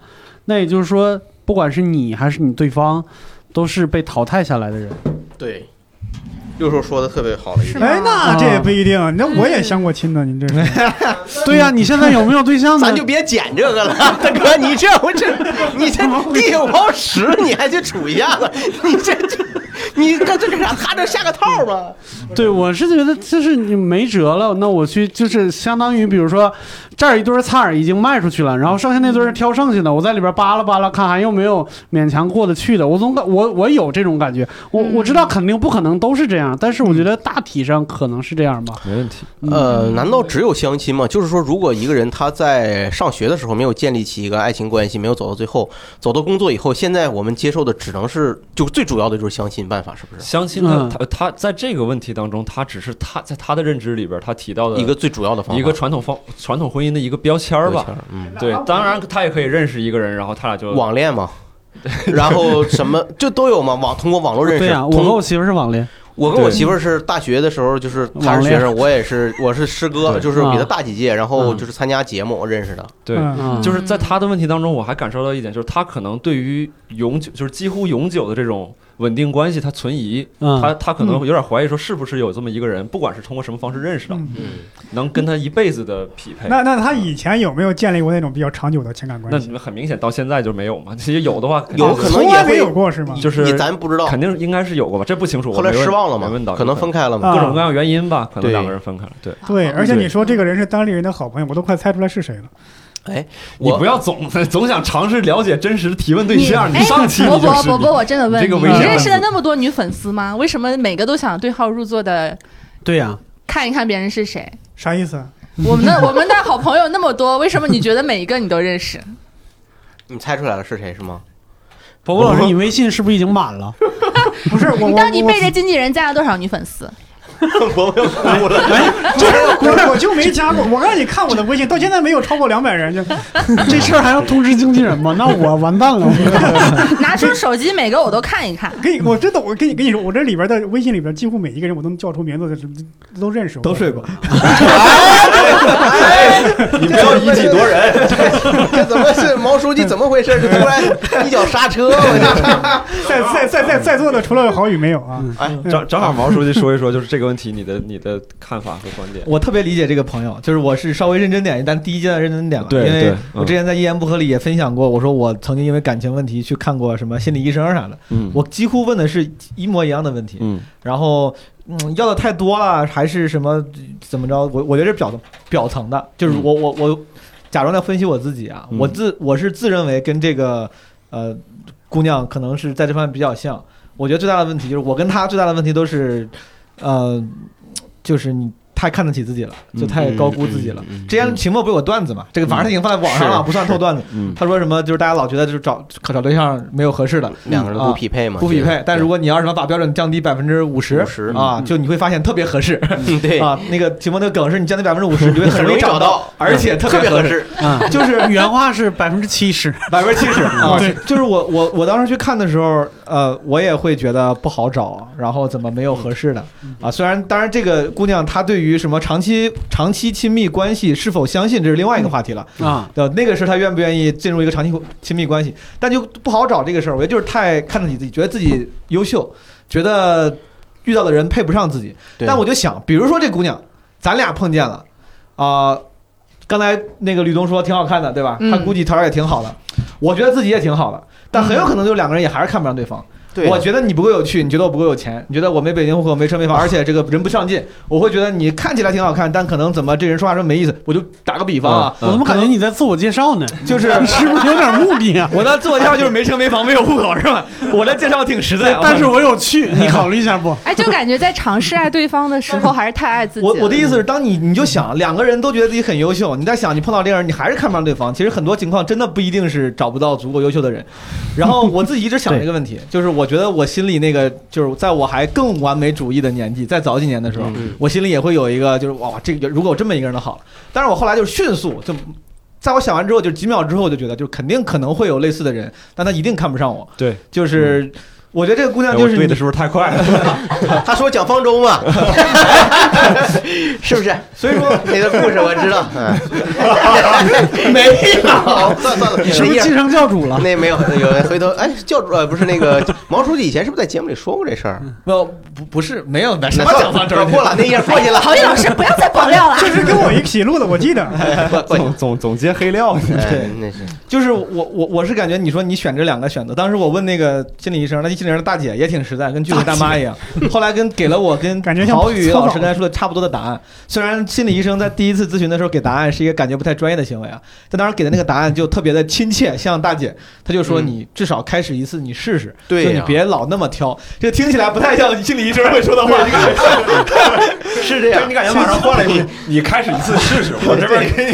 S3: 那也就是说，不管是你还是你对方，都是被淘汰下来的人。
S4: 对，六叔说的特别好的一
S2: 是
S4: 点。
S2: 吗
S6: 哎，那这也不一定，那我也相过亲呢，你这是。
S3: 对呀、你现在有没有对象呢
S4: 咱？就别捡这个了， 大哥，你这我 这，你这地有包屎，你还去杵一下子，你这这，你干这干啥？他这下个套吗？
S3: 对，我是觉得就是你没辙了，那我去就是相当于，比如说这儿一堆菜儿已经卖出去了，然后剩下那堆儿挑剩下的，我在里边扒拉扒拉，看还有没有勉强过得去的。我总感我我有这种感觉，我我知道肯定不可能都是这样，但是我觉得大体上可能是这样吧。
S1: 没问题。
S4: 呃，难道只有相亲吗？就是说，如果一个人他在上学的时候没有建立起一个爱情关系，没有走到最后，走到工作以后，现在我们接受的只能是，就最主要的就是相亲办法，是不是？
S1: 相亲他
S3: 嗯
S1: 他他在这个问题当中，他只是他在他的认知里边，他提到的
S4: 呃一个最主要的方法，
S1: 一个传统方传统婚姻的一个标签儿吧。，
S4: 嗯，
S1: 对，当然他也可以认识一个人，然后他俩就
S4: 网 恋嘛，然后什么这都有嘛，网通过网络认识，
S3: 嗯对呀、我
S4: 通
S3: 和我媳妇儿是网恋，
S4: 我跟我
S8: 对
S4: 媳妇儿是大学的时候，就是她
S3: 网
S4: 是
S3: 恋
S4: 学生，我也是，我是师哥，
S8: 对
S4: 就是比她大几届，然后
S3: 嗯
S4: 就是参加节目认识的。
S8: 对，
S6: 嗯
S8: 就是在他的问题当中，我还感受到一点，就是他可能对于永久，就是几乎永久的这种稳定关系，他存疑，
S3: 嗯，
S8: 他他可能有点怀疑，说是不是有这么一个人，不管是通过什么方式认识的，
S6: 嗯
S8: 能跟他一辈子的匹配。
S6: 那那他以前有没有建立过那种比较长久的情感关
S8: 那
S6: 系？
S8: 很明显到现在就没有嘛，其实有的话肯定
S4: 有可能
S6: 从来
S4: 也会
S6: 没有过是吗？
S8: 就是
S4: 你咱不知道，
S8: 肯定应该是有过吧，这不清楚。我
S4: 后来
S8: 没问
S4: 失望了
S8: 没问到有
S4: 嘛，可能分开了嘛。
S6: 啊
S8: 各种各样的原因吧，可能
S4: 对
S8: 两个人分开了。对，
S6: 对，
S2: 嗯
S6: 而且
S8: 对
S6: 你说这个人是单立人的好朋友，我都快猜出来是谁了。
S8: 你
S4: 我
S8: 不要总总想尝试了解真实的提问对
S2: 你
S8: 象，你
S2: 哎
S8: 上期
S2: 伯
S8: 你就
S2: 伯
S8: 是
S2: 伯伯，我真的问
S8: 你
S2: 你，
S8: 这个危
S2: 你
S6: 险
S2: 认
S6: 问
S2: 识
S8: 题
S2: 了那么多女粉丝吗？为什么每个都想对号入座的
S3: 对呀，
S2: 看一看别人是谁？
S6: 啥意思？啊
S2: 我们的我们的好朋友那么多，为什么你觉得每一个你都认识？
S4: 你猜出来了是谁是吗？
S3: 伯伯 老师，你微信是不是已经满 了？
S6: 不是我，
S2: 你
S6: 我
S2: 到底
S6: 我
S2: 背着经纪人加了多少女粉丝？
S4: 我没有哭了。
S1: 哎
S6: 我我就没加过，我让你看我的微信，到现在没有超过两百人，就
S3: 这事儿还要通知经纪人吗？那我完蛋了。
S2: 拿出手机，每个我都看一看。
S6: 给你，我真的，我跟你跟你说，我这里边的微信里边几乎每一个人我都能叫出名字，这这都认识，
S1: 都 睡过。
S4: 你不要以己度人，这怎么是毛书记？怎么回事？就突然一脚刹车，我
S6: 在在在在在座的除了郝宇没有啊，
S4: 就哎，
S8: 正正好毛书记说一说，就是这个问题，你的你的看法和观点。
S1: 我特别理解这个朋友，就是我是稍微认真点，但第一阶段认真点了，
S8: 对
S1: 因
S8: 对
S1: 为
S8: 嗯
S1: 我之前在一言不合里也分享过，我说我曾经因为感情问题去看过什么心理医生啥的，
S8: 嗯
S1: 我几乎问的是一模一样的问题，
S8: 嗯
S1: 然后嗯要的太多了，还是什么怎么着？我我觉得是表层表层的，就是
S8: 嗯
S1: 我我我假装在分析我自己啊，
S8: 嗯
S1: 我自我是自认为跟这个呃姑娘可能是在这方面比较像。我觉得最大的问题就是我跟她最大的问题都是，呃，就是你太看得起自己了，就太
S4: 嗯
S1: 高估自己了。之前秦墨不有个段子嘛？这个反正他已经放在网上了，
S4: 是
S1: 不算透段子。
S8: 嗯
S1: 他说什么？就是大家老觉得就是找可找对象没有合适的，
S4: 嗯
S1: 啊
S4: 两个人都不匹配嘛，
S1: 不匹配。但
S4: 对
S1: 如果你要是能把标准降低百分之五十
S4: 50
S1: 啊，就你会发现特别合适
S4: 嗯 对，
S1: 啊。那个题目那个梗是你降低百分之五十，你会很
S4: 很
S1: 容
S4: 容
S1: 易
S4: 易
S1: 找
S4: 找
S1: 到，
S4: 到，
S1: 而且特
S4: 特
S1: 别
S4: 别
S1: 合
S4: 合
S1: 适，
S4: 适。
S3: 嗯，
S1: 就是
S3: 原话是百分之七十。
S1: 百分之七十啊
S6: 对。
S1: 就是我我我当时去看的时候，呃，我也会觉得不好找，然后怎么没有合适的啊？虽然当然这个姑娘她对于什么长期长期亲密关系是否相信，这是另外一个话题了。
S3: 啊，
S1: 对，那个是她愿不愿意进入一个长期亲密关系，但就不好找这个事儿。我觉得就是太看得起自己，觉得自己优秀，觉得遇到的人配不上自己。
S4: 对
S1: 但我就想，比如说这姑娘，咱俩碰见了，啊、刚才那个吕东说挺好看的，对吧？
S2: 嗯
S1: 她估计条件也挺好的，我觉得自己也挺好的，但
S3: 嗯
S1: 很有可能就两个人也还是看不上对方。
S4: 对
S1: 我觉得你不够有趣，你觉得我不够有钱，你觉得我没北京户口，没车没
S4: 哦
S1: 房，而且这个人不上进，我会觉得你看起来挺好看，但可能怎么这人说话说没意思。我就打个比方啊，
S4: 嗯
S3: 我怎么感觉你在自我介绍呢？
S1: 就是
S3: 你 是不是有点目的啊？
S1: 我的自我介绍就是没车没房没有户口是 吧？我的介绍挺实在啊，
S3: 但是我有去，你考虑一下不？
S2: 哎，就感觉在尝试爱对方的时候，还是太爱自己
S1: 我
S2: 了。
S1: 我的意思是，当你你就想两个人都觉得自己很优秀，你在想你碰到这样人，你还是看不上对方。其实很多情况真的不一定是找不到足够优秀的人。然后我自己一直想这个问题，就是我觉得我心里那个，就是在我还更完美主义的年纪，再早几年的时候，
S4: 嗯
S1: 我心里也会有一个，就是哇，这个如果有这么一个人的好了。但是我后来就是迅速就。在我想完之后，就几秒之后，我就觉得，就肯定可能会有类似的人，但他一定看不上我。
S8: 对，
S1: 就是我觉得这个姑
S8: 嗯
S1: 娘
S8: 哎
S1: 就
S8: 我
S1: 是
S8: 对
S1: 你
S8: 的是不是太快了？
S4: 他说讲方舟 嘛， 是不是？
S1: 所以说
S4: 你的故事我知道，
S1: 没
S4: 好， 算了算了，
S3: 你是不
S4: 没
S3: 是
S4: 样
S3: 继承教主了？
S4: 那没有，有回头哎，教主呃不是那个毛书记以前是不是在节目里说过这事儿？
S1: 不不 不是没有什
S4: 那
S1: 么
S4: 算
S1: 讲
S4: 了
S1: 方舟
S4: 那过了那页过 去了，
S2: 郝宇哎老师不要再爆料了。
S6: 这是跟我一起录的，我 记得。
S4: 过过去 了
S8: 总总总结黑料去。
S4: 哎，那是
S1: 就是我我我是感觉你说你选这两个选择，当时我问那个心理医生，那心理医生大姐也挺实在，跟剧组大妈一样。后来跟给了我跟
S6: 感觉像
S1: 郝宇
S6: 搓澡
S1: 老师刚才说的差不多的答案。虽然心理医生在第一次咨询的时候给答案是一个感觉不太专业的行为啊，但当时给的那个答案就特别的亲切，像大姐，她就说
S4: 嗯
S1: 你至少开始一次你试试，
S4: 对
S1: 就你
S4: 呀
S1: 别老那么挑。这听起来不太像心理医生会说的话，你感觉
S4: 是这样，
S8: 你感觉马上换了一 个，你开始一次试试，我这边给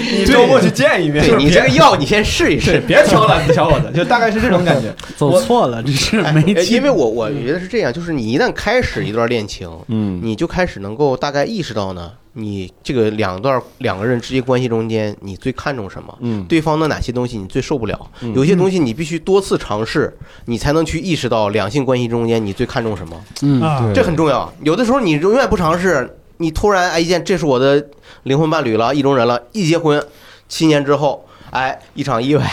S8: 你，你周末去见一遍。
S4: 对你这个药你先试一
S1: 是
S4: 试。
S1: 别挑了，小伙子，就大概是这种感觉。
S3: 走错了，这是
S4: 哎
S3: 没
S4: 因
S3: 机
S4: 为我我觉得是这样，就是你一旦开始一段恋情，
S8: 嗯
S4: 你就开始能够大概意识到呢，你这个两段两个人之间关系中间，你最看重什么？
S9: 嗯，
S4: 对方的哪些东西你最受不了？
S9: 嗯
S4: 有些东西你必须多次尝试，你才能去意识到两性关系中间你最看重什么，
S3: 嗯，
S6: 啊
S10: 对，
S4: 这很重要。有的时候你永远不尝试，你突然哎一见这是我的灵魂伴侣了，意中人了，一结婚七年之后，哎一场意外，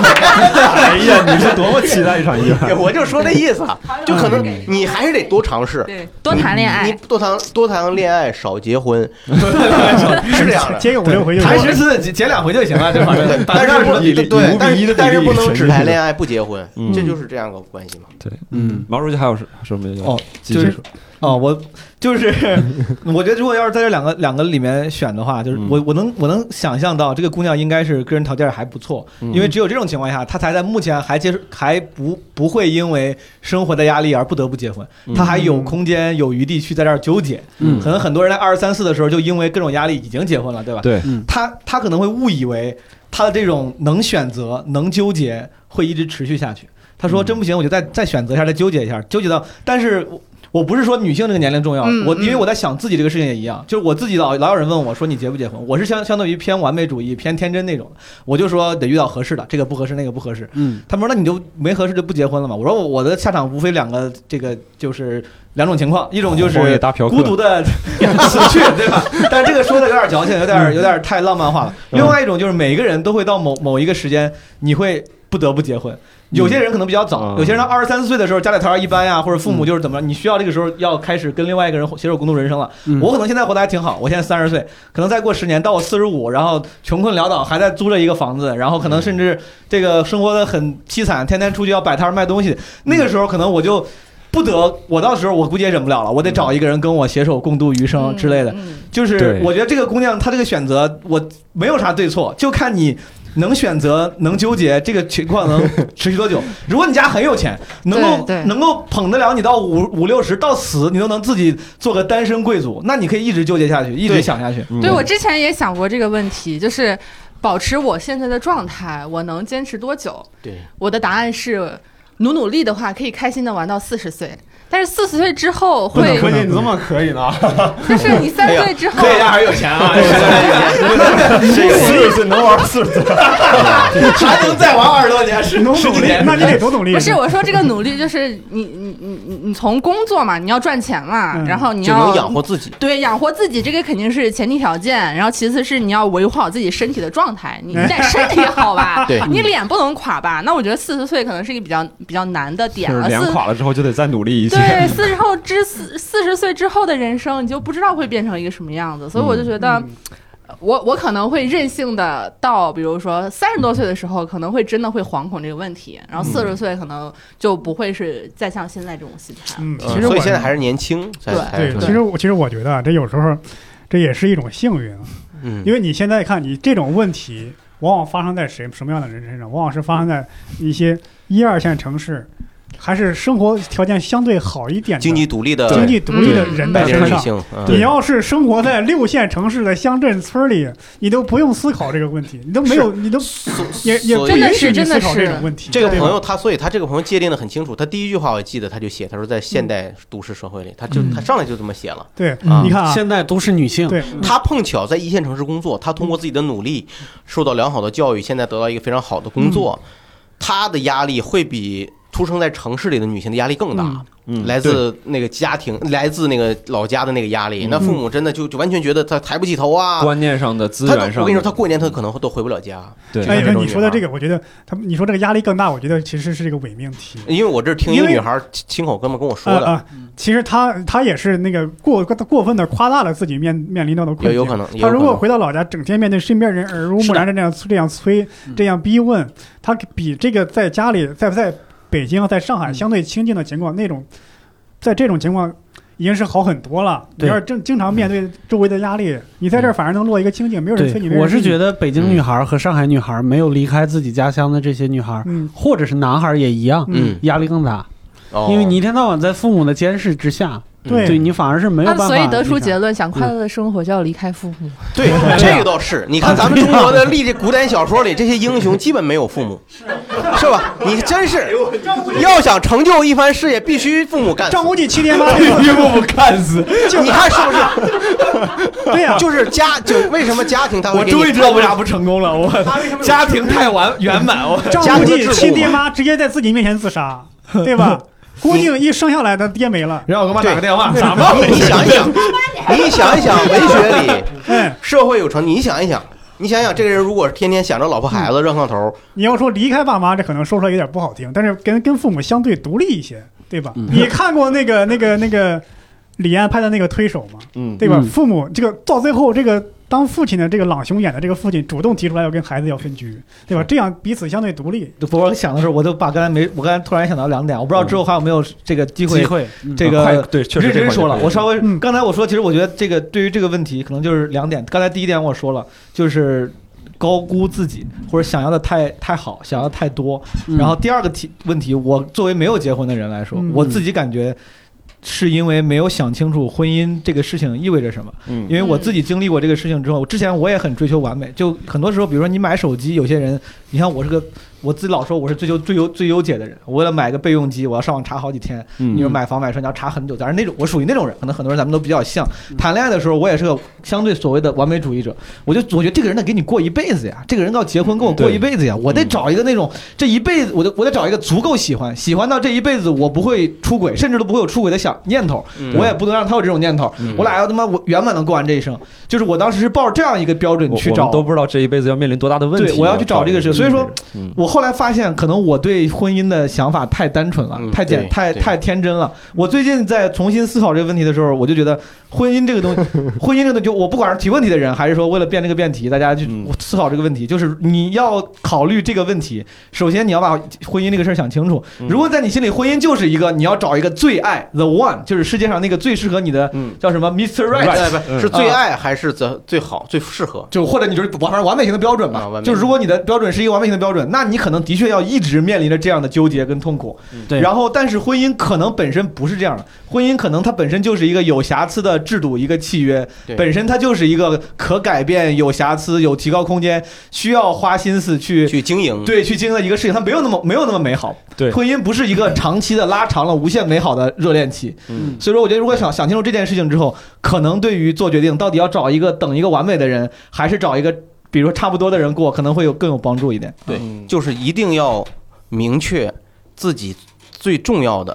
S10: 哎呀，
S1: 啊
S10: 你是多么期待一场 意外！
S4: 我就说这意思啊，就可能你还是得多尝试。
S2: 对多谈恋
S4: 你
S2: 爱，
S4: 多谈多谈恋爱，少结 婚，是这样的。
S6: 接个五六回就
S1: 谈
S6: 行
S1: 十次减减两回就行了，这玩意
S4: 对
S1: 儿。
S4: 但是不
S10: 比例
S4: 对，
S10: 五
S4: 但
S10: 比一的
S4: 是但是
S10: 比例
S4: 不能
S10: 神
S4: 只
S10: 奇
S4: 谈恋爱不结婚，
S9: 嗯
S4: 这就是这样个关系嘛。
S3: 嗯，
S9: 毛书记还有什什么要
S1: 哦，
S9: 继续
S1: 就是
S9: 说
S1: 哦，我就是， 我觉得如果要是在这两个两个里面选的话，就是
S9: 嗯
S1: 我我能我能想象到这个姑娘应该是个人条件还不错，
S9: 嗯
S1: 因为只有这种情况下，她才在目前还接受还不不会因为生活的压力而不得不结婚，她还有空间有余地去在这儿纠结。
S9: 嗯
S1: 可能很多人在二十三四的时候就因为各种压力已经结婚了，对吧？
S9: 对
S3: 嗯
S1: 她她可能会误以为她的这种能选择能纠结会一直持续下去。她说：“
S9: 嗯
S1: 真不行，我就再再选择一下，再纠结一下，纠结到……但是我我不是说女性这个年龄重要，
S2: 嗯
S1: 我
S2: 嗯
S1: 因为我在想自己这个事情也一样，就是我自己老老有人问我说你结不结婚，我是相相当于偏完美主义、偏天真那种的，我就说得遇到合适的，这个不合适，那个不合适。
S3: 嗯，
S1: 他们说那你就没合适就不结婚了嘛？我说我的下场无非两个，这个就是两种情况，一种就是
S10: 荒野大嫖客
S1: 孤 独的死去，对吧？但这个说的有点矫情，有点有点太浪漫化了。
S10: 嗯
S1: 另外一种就是每个人都会到某某一个时间，你会不得不结婚。有些人可能比较早，
S9: 嗯
S1: 有些人二十三四岁的时候家里条件一般呀，或者父
S10: 嗯
S1: 母就是怎么着，你需要这个时候要开始跟另外一个人携手共度人生了。
S3: 嗯
S1: 我可能现在活得还挺好，我现在三十岁，可能再过十年到我四十五，然后穷困潦倒，还在租着一个房子，然后可能甚至这个生活的很凄惨，天天出去要摆摊儿卖东西。那个时候可能我就不得，我到时候我估计也忍不了了，我得找一个人跟我携手共度余生之类的。
S2: 嗯，
S1: 就是
S9: 对
S1: 我觉得这个姑娘她这个选择，我没有啥对错，就看你。能选择能纠结这个情况能持续多久？如果你家很有 钱，能够
S2: 对对
S1: 能够捧得了你到五五六十到死，你都能自己做个单身贵族，那你可以一直纠结下去，一直
S4: 对
S1: 想下去。
S2: 嗯对我之前也想过这个问题，就是保持我现在的状态，我能坚持多久？
S4: 对，
S2: 我的答案是，努努力的话，可以开心的玩到四十岁。但是四十岁之后
S10: 不能
S2: 会，
S10: 关键你这么可以呢？
S2: 就是你三十岁之后，
S1: 还是有 钱啊，
S10: 四十岁能玩四十岁，
S1: 还能再玩二十多年，十
S6: 努努力，那你得多努力。
S2: 不 是我说这个努力，就是你你你你你从工作嘛，你要赚钱嘛，
S6: 嗯
S2: 然后你
S4: 就
S2: 要
S4: 能养活自己。，
S2: 对，养活自己这个肯定是前提条件，然后其次是你要维护好自己身体的状态，你你得身体好吧
S4: 对
S2: 你脸不能垮吧？那我觉得四十岁可能是一个比较比较难的点
S10: 就是
S2: 了，
S10: 脸
S2: 四
S10: 垮了之后就得再努力一些。
S2: 对四十后之四四十岁之后的人生，你就不知道会变成一个什么样子，所以
S3: 嗯
S2: 我就觉得。我我可能会任性的到，比如说三十多岁的时候，可能会真的会惶恐这个问题，然
S3: 嗯
S2: 后四十岁可能就不会是再像现在这种心态了。
S6: 嗯，
S4: 嗯
S6: 其实
S4: 所
S6: 我
S4: 以现在还是年轻，才
S2: 对
S4: 才
S6: 对，其实我其实我觉得啊这有时候这也是一种幸运啊，
S4: 嗯
S6: 因为你现在看你这种问题，往往发生在谁什么样的人身上？往往是发生在一些一二线城市，还是生活条件相对好一点的、
S4: 经济独立的
S6: 经济独立的人
S4: 白
S6: 的
S4: 领
S6: 身
S4: 女
S6: 上。
S4: 性，嗯
S6: 你要是生活在六线城市的乡镇村里，你都不用思考这个问题，你都没有，你都也也不
S4: 所以
S6: 允许你
S2: 真的
S6: 思
S2: 是
S6: 考
S2: 真的
S6: 这
S2: 是
S6: 种问题。
S4: 这个朋
S6: 对吧
S4: 友他，所以他这个朋友界定的很清楚。他第一句话我记得，他就写，他说在现代都市社会里，他就
S3: 嗯
S4: 他上来就这么写了。
S6: 对，
S4: 啊
S6: 你看啊，
S3: 现在都是女
S4: 嗯
S3: 性，
S6: 对，
S4: 他碰巧在一线城市工作，他通过自己的努力，受到良好的教育，现在得到一个非常好的工作，他的压力会比出生在城市里的女性的压力更大。
S9: 嗯
S4: 来自那个家庭，来自那个老家的那个压力，那父母真的就就完全觉得他抬不起头啊。
S9: 观念上的资
S4: 他
S1: 啊
S9: 源上的，
S4: 我跟你说，他过年他可能都回不了家。
S9: 对
S4: 这
S6: 哎，
S4: 种
S6: 你
S4: 女
S6: 说的
S4: 孩
S6: 这个，我觉得他们你说这个压力更大，我觉得其实是这个伪命题。
S4: 因为我这是听一
S6: 因为
S4: 女孩亲亲口跟我跟我说
S6: 啊
S4: 的，嗯
S6: 啊其实他他也是那个过过分的夸大了自己面面临到的困
S4: 也
S6: 境。
S4: 有可能。也有
S6: 他
S4: 可
S6: 如
S4: 能
S6: 果回到老家，整天面对身边人耳濡目染的这样这样催、
S4: 嗯
S6: 这样逼问，他比这个在家里在不在北京、啊在上
S4: 嗯
S6: 海相对清静的情况，那种在这种情况已经是好很多了。你
S3: 对
S6: 要是正经常面对周围的压力，你
S4: 嗯
S6: 在这儿反而能落一个清静，没有人催你。没
S3: 对，
S6: 有人
S3: 我是
S6: 逼你
S3: 觉，得北京女孩和上海女孩没有离开自己家乡的这些女孩，
S6: 嗯
S3: 或者是男孩也一样，
S4: 嗯，
S3: 压力更大，
S4: 哦
S3: 因为你一天到晚在父母的监视之下，
S6: 对
S3: 对你反而是没有
S2: 那
S3: 办法。
S2: 啊所以得出
S3: 你看
S2: 结论，想快乐的生活就要离开父母。
S4: 对，这个倒是。 你看咱们中国的历这古典小说里，这些英雄基本没有父母，是吧？你真
S6: 哎
S4: 是要想成就一番事业，必须父母干死。
S6: 张无忌七天八
S11: 必
S6: 天，
S11: 须父母干死。
S4: 你看是不是？
S6: 对呀，
S4: 就是家，就为什么家庭他会
S1: 我
S4: 给你
S1: 终于知道为啥不成功了，我家庭太完圆满， 我
S6: 张无忌亲爹妈直接在自己面前自杀，对吧？郭靖一生下来，他爹没了。
S1: 然后我给我妈打个电话，咋办？
S4: 你想一想， 你想一想，文学里
S6: 嗯，
S4: 社会有成，你想一想，你想想，这个人如果天天想着老婆孩子热炕头，
S6: 你要说离开爸妈，这可能说出来有点不好听，但是跟跟父母相对独立一些，对吧？
S3: 嗯
S6: 你看过那个那个那个李安拍的那个推手吗？
S12: 嗯，
S6: 对吧？
S3: 嗯
S6: 父母这个到最后，这个当父亲的这个朗雄演的这个父亲主动提出来要跟孩子要分居，对吧？这样彼此相对独立。
S1: 我想的时候，我就把刚才没，我刚才突然想到两点，我不知道之后还有没有这个嗯机会啊
S3: 机会，嗯
S1: 这
S11: 快
S1: 个
S11: 对，确实
S1: 认
S11: 这
S1: 真
S11: 块
S1: 说了，
S11: 就
S1: 我稍微
S6: 嗯
S1: 刚才我说，其实我觉得这个对于这个问题，可能就是两点。刚才第一点我说了，就是高估自己或者想要的太太好，想要太多。
S3: 嗯
S1: 然后第二个题问题，我作为没有结婚的人来说
S6: 嗯，
S1: 我自己感觉是因为没有想清楚婚姻这个事情意味着什么。
S12: 嗯
S1: 因为我自己经历过这个事情之后，之前我也很追求完美，就很多时候，比如说你买手机，有些人，你像我是个，我自己老说我是追求最优最优解的人，我为了买个备用机，我要上网查好几天。
S11: 嗯
S1: 你说买房买车，你要查很久，但是那种我属于那种人，可能很多人咱们都比较像。
S3: 嗯
S1: 谈恋爱的时候，我也是个相对所谓的完美主义者，我就我觉得这个人得给你过一辈子呀，这个人要结婚跟我过一辈子呀，
S4: 嗯
S1: 我得找一个那种这一辈子，我得我得找一个足够喜欢，喜欢到这一辈子我不会出轨，甚至都不会有出轨的想念头，
S4: 嗯
S1: 我也不能让他有这种念头，我俩要他妈我圆满的过完这一生，就是我当时是抱着这样一个标准
S11: 我
S1: 去
S11: 我
S1: 找
S11: 们，都不知道这一辈子要面临多大的问题。
S1: 对，我要去找这个事，所以说。
S12: 嗯
S1: 我后来发现，可能我对婚姻的想法太单纯了，
S4: 嗯
S1: 太简
S4: 对
S1: 太
S4: 对
S1: 太天真了。我最近在重新思考这个问题的时候，我就觉得婚姻这个东西，婚姻这个东西，就我不管是提问题的人，还是说为了辩这个辩题，大家去
S12: 嗯
S1: 思考这个问题，就是你要考虑这个问题，首先你要把婚姻这个事儿想清楚。
S12: 嗯
S1: 如果在你心里，婚姻就是一个你要找一个最爱 the one，就是世界上那个最适合你的
S12: 嗯
S1: 叫什么 Mr. Right，
S4: 哎不
S12: 嗯
S4: 是最爱还是最最好最适合？
S1: 就或者你就是完反正完美型的标准吧
S4: 啊完，美
S1: 就是如果你的标准是一个完美型的标准，那你可能的确要一直面临着这样的纠结跟痛苦。
S3: 对
S1: 然后，但是婚姻可能本身不是这样的，婚姻可能它本身就是一个有瑕疵的制度，一个契约
S4: 对，
S1: 本身它就是一个可改变、有瑕疵、有提高空间，需要花心思去。
S4: 去经营，
S1: 对，去经历一个事情，它没有那么没有那么美好。
S11: 对
S1: 婚姻不是一个长期的拉长了无限美好的热恋期，
S12: 嗯
S1: 所以说，我觉得如果想想清楚这件事情之后，可能对于做决定到底要找一个等一个完美的人，还是找一个比如说差不多的人过，可能会有更有帮助一点。
S4: 对
S12: 嗯
S4: 就是一定要明确自己最重要的、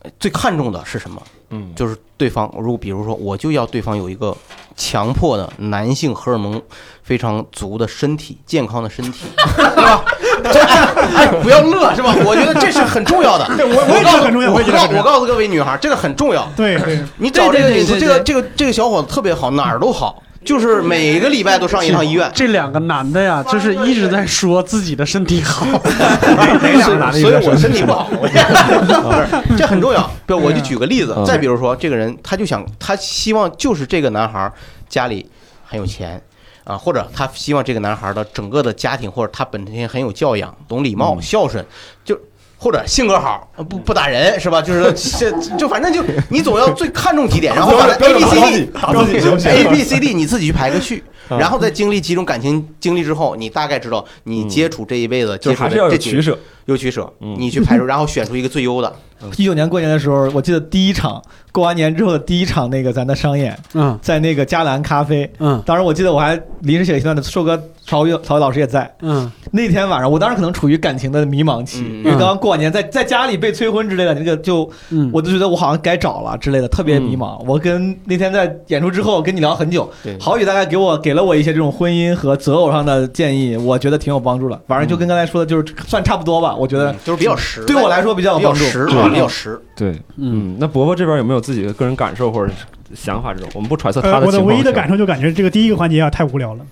S4: 呃最看重的是什么。
S12: 嗯
S4: 就是对方，如果比如说我就要对方有一个强迫的男性荷尔蒙非常足的身体，健康的身 体，对吧？这哎哎，不要乐是吧？我觉得这是很重要的。
S6: 对我 我
S4: 我
S6: 也觉
S4: 告
S6: 得
S4: 诉
S6: 很重要，
S4: 我
S6: 也觉得
S4: 告
S6: 很重
S4: 我
S6: 要。
S4: 告诉各位女孩，这个很重要。
S6: 对对，
S4: 你找这个
S3: 对对
S4: 你说
S3: 对
S4: 这个这个这个小伙子特别好，哪儿都好，就是每个礼拜都上一趟医院。
S3: 这两个男的呀，就是一直在说自己的身体 好，
S4: 所以所以我身体不好，我不是这很重要。不，我就举个例子
S12: 嗯，
S4: 再比如说，这个人他就想，他希望就是这个男孩儿家里很有钱。啊，或者他希望这个男孩儿的整个的家庭，或者他本身很有教养、懂礼貌、
S12: 嗯
S4: 孝顺，就或者性格好，呃不不打人是吧？就是这就反正就你总要最看重几点，然后把 A
S11: 标
S4: B
S11: 准
S4: C D
S11: 打自己行不行
S4: A B C D 你自己去排个序，然后在经历几种感情经历之后，你大概知道你接触这一辈子
S11: 就
S4: 接
S11: 是
S4: 触
S11: 还
S4: 的
S11: 是要有
S4: 这几个
S11: 取舍，
S4: 有取舍，
S12: 嗯
S4: 你去排除，然后选出一个最优的。
S1: 一九年过年的时候，我记得第一场过完年之后的第一场那个咱的商演，
S3: 嗯
S1: 在那个嘉兰咖啡。
S3: 嗯
S1: 当时我记得我还临时写了一段的，寿哥、曹越、曹越老师也在。
S3: 嗯，
S1: 那天晚上，我当时可能处于感情的迷茫期，
S4: 嗯
S1: 因为刚刚过完年，在在家里被催婚之类的，那个就
S3: 嗯，
S1: 我就觉得我好像该找了之类的，特别迷
S12: 嗯
S1: 茫。我跟那天在演出之后跟你聊很久
S4: 对，
S1: 郝宇大概给我给了我一些这种婚姻和择偶上的建议，我觉得挺有帮助的。反正就跟刚才说的，就是算差不多吧。我觉得
S4: 嗯就是比较实，
S1: 对我来说比较
S4: 比
S1: 有
S4: 较
S1: 帮助。
S4: 实，
S12: 对
S4: 比较实。
S12: 对，
S3: 嗯
S12: 嗯，那伯伯这边有没有自己的个人感受或者是想法这种？我们不揣测他
S6: 呃，我
S12: 情
S6: 的
S12: 况。
S6: 唯一的感受就感觉这个第一个环节啊太无聊了。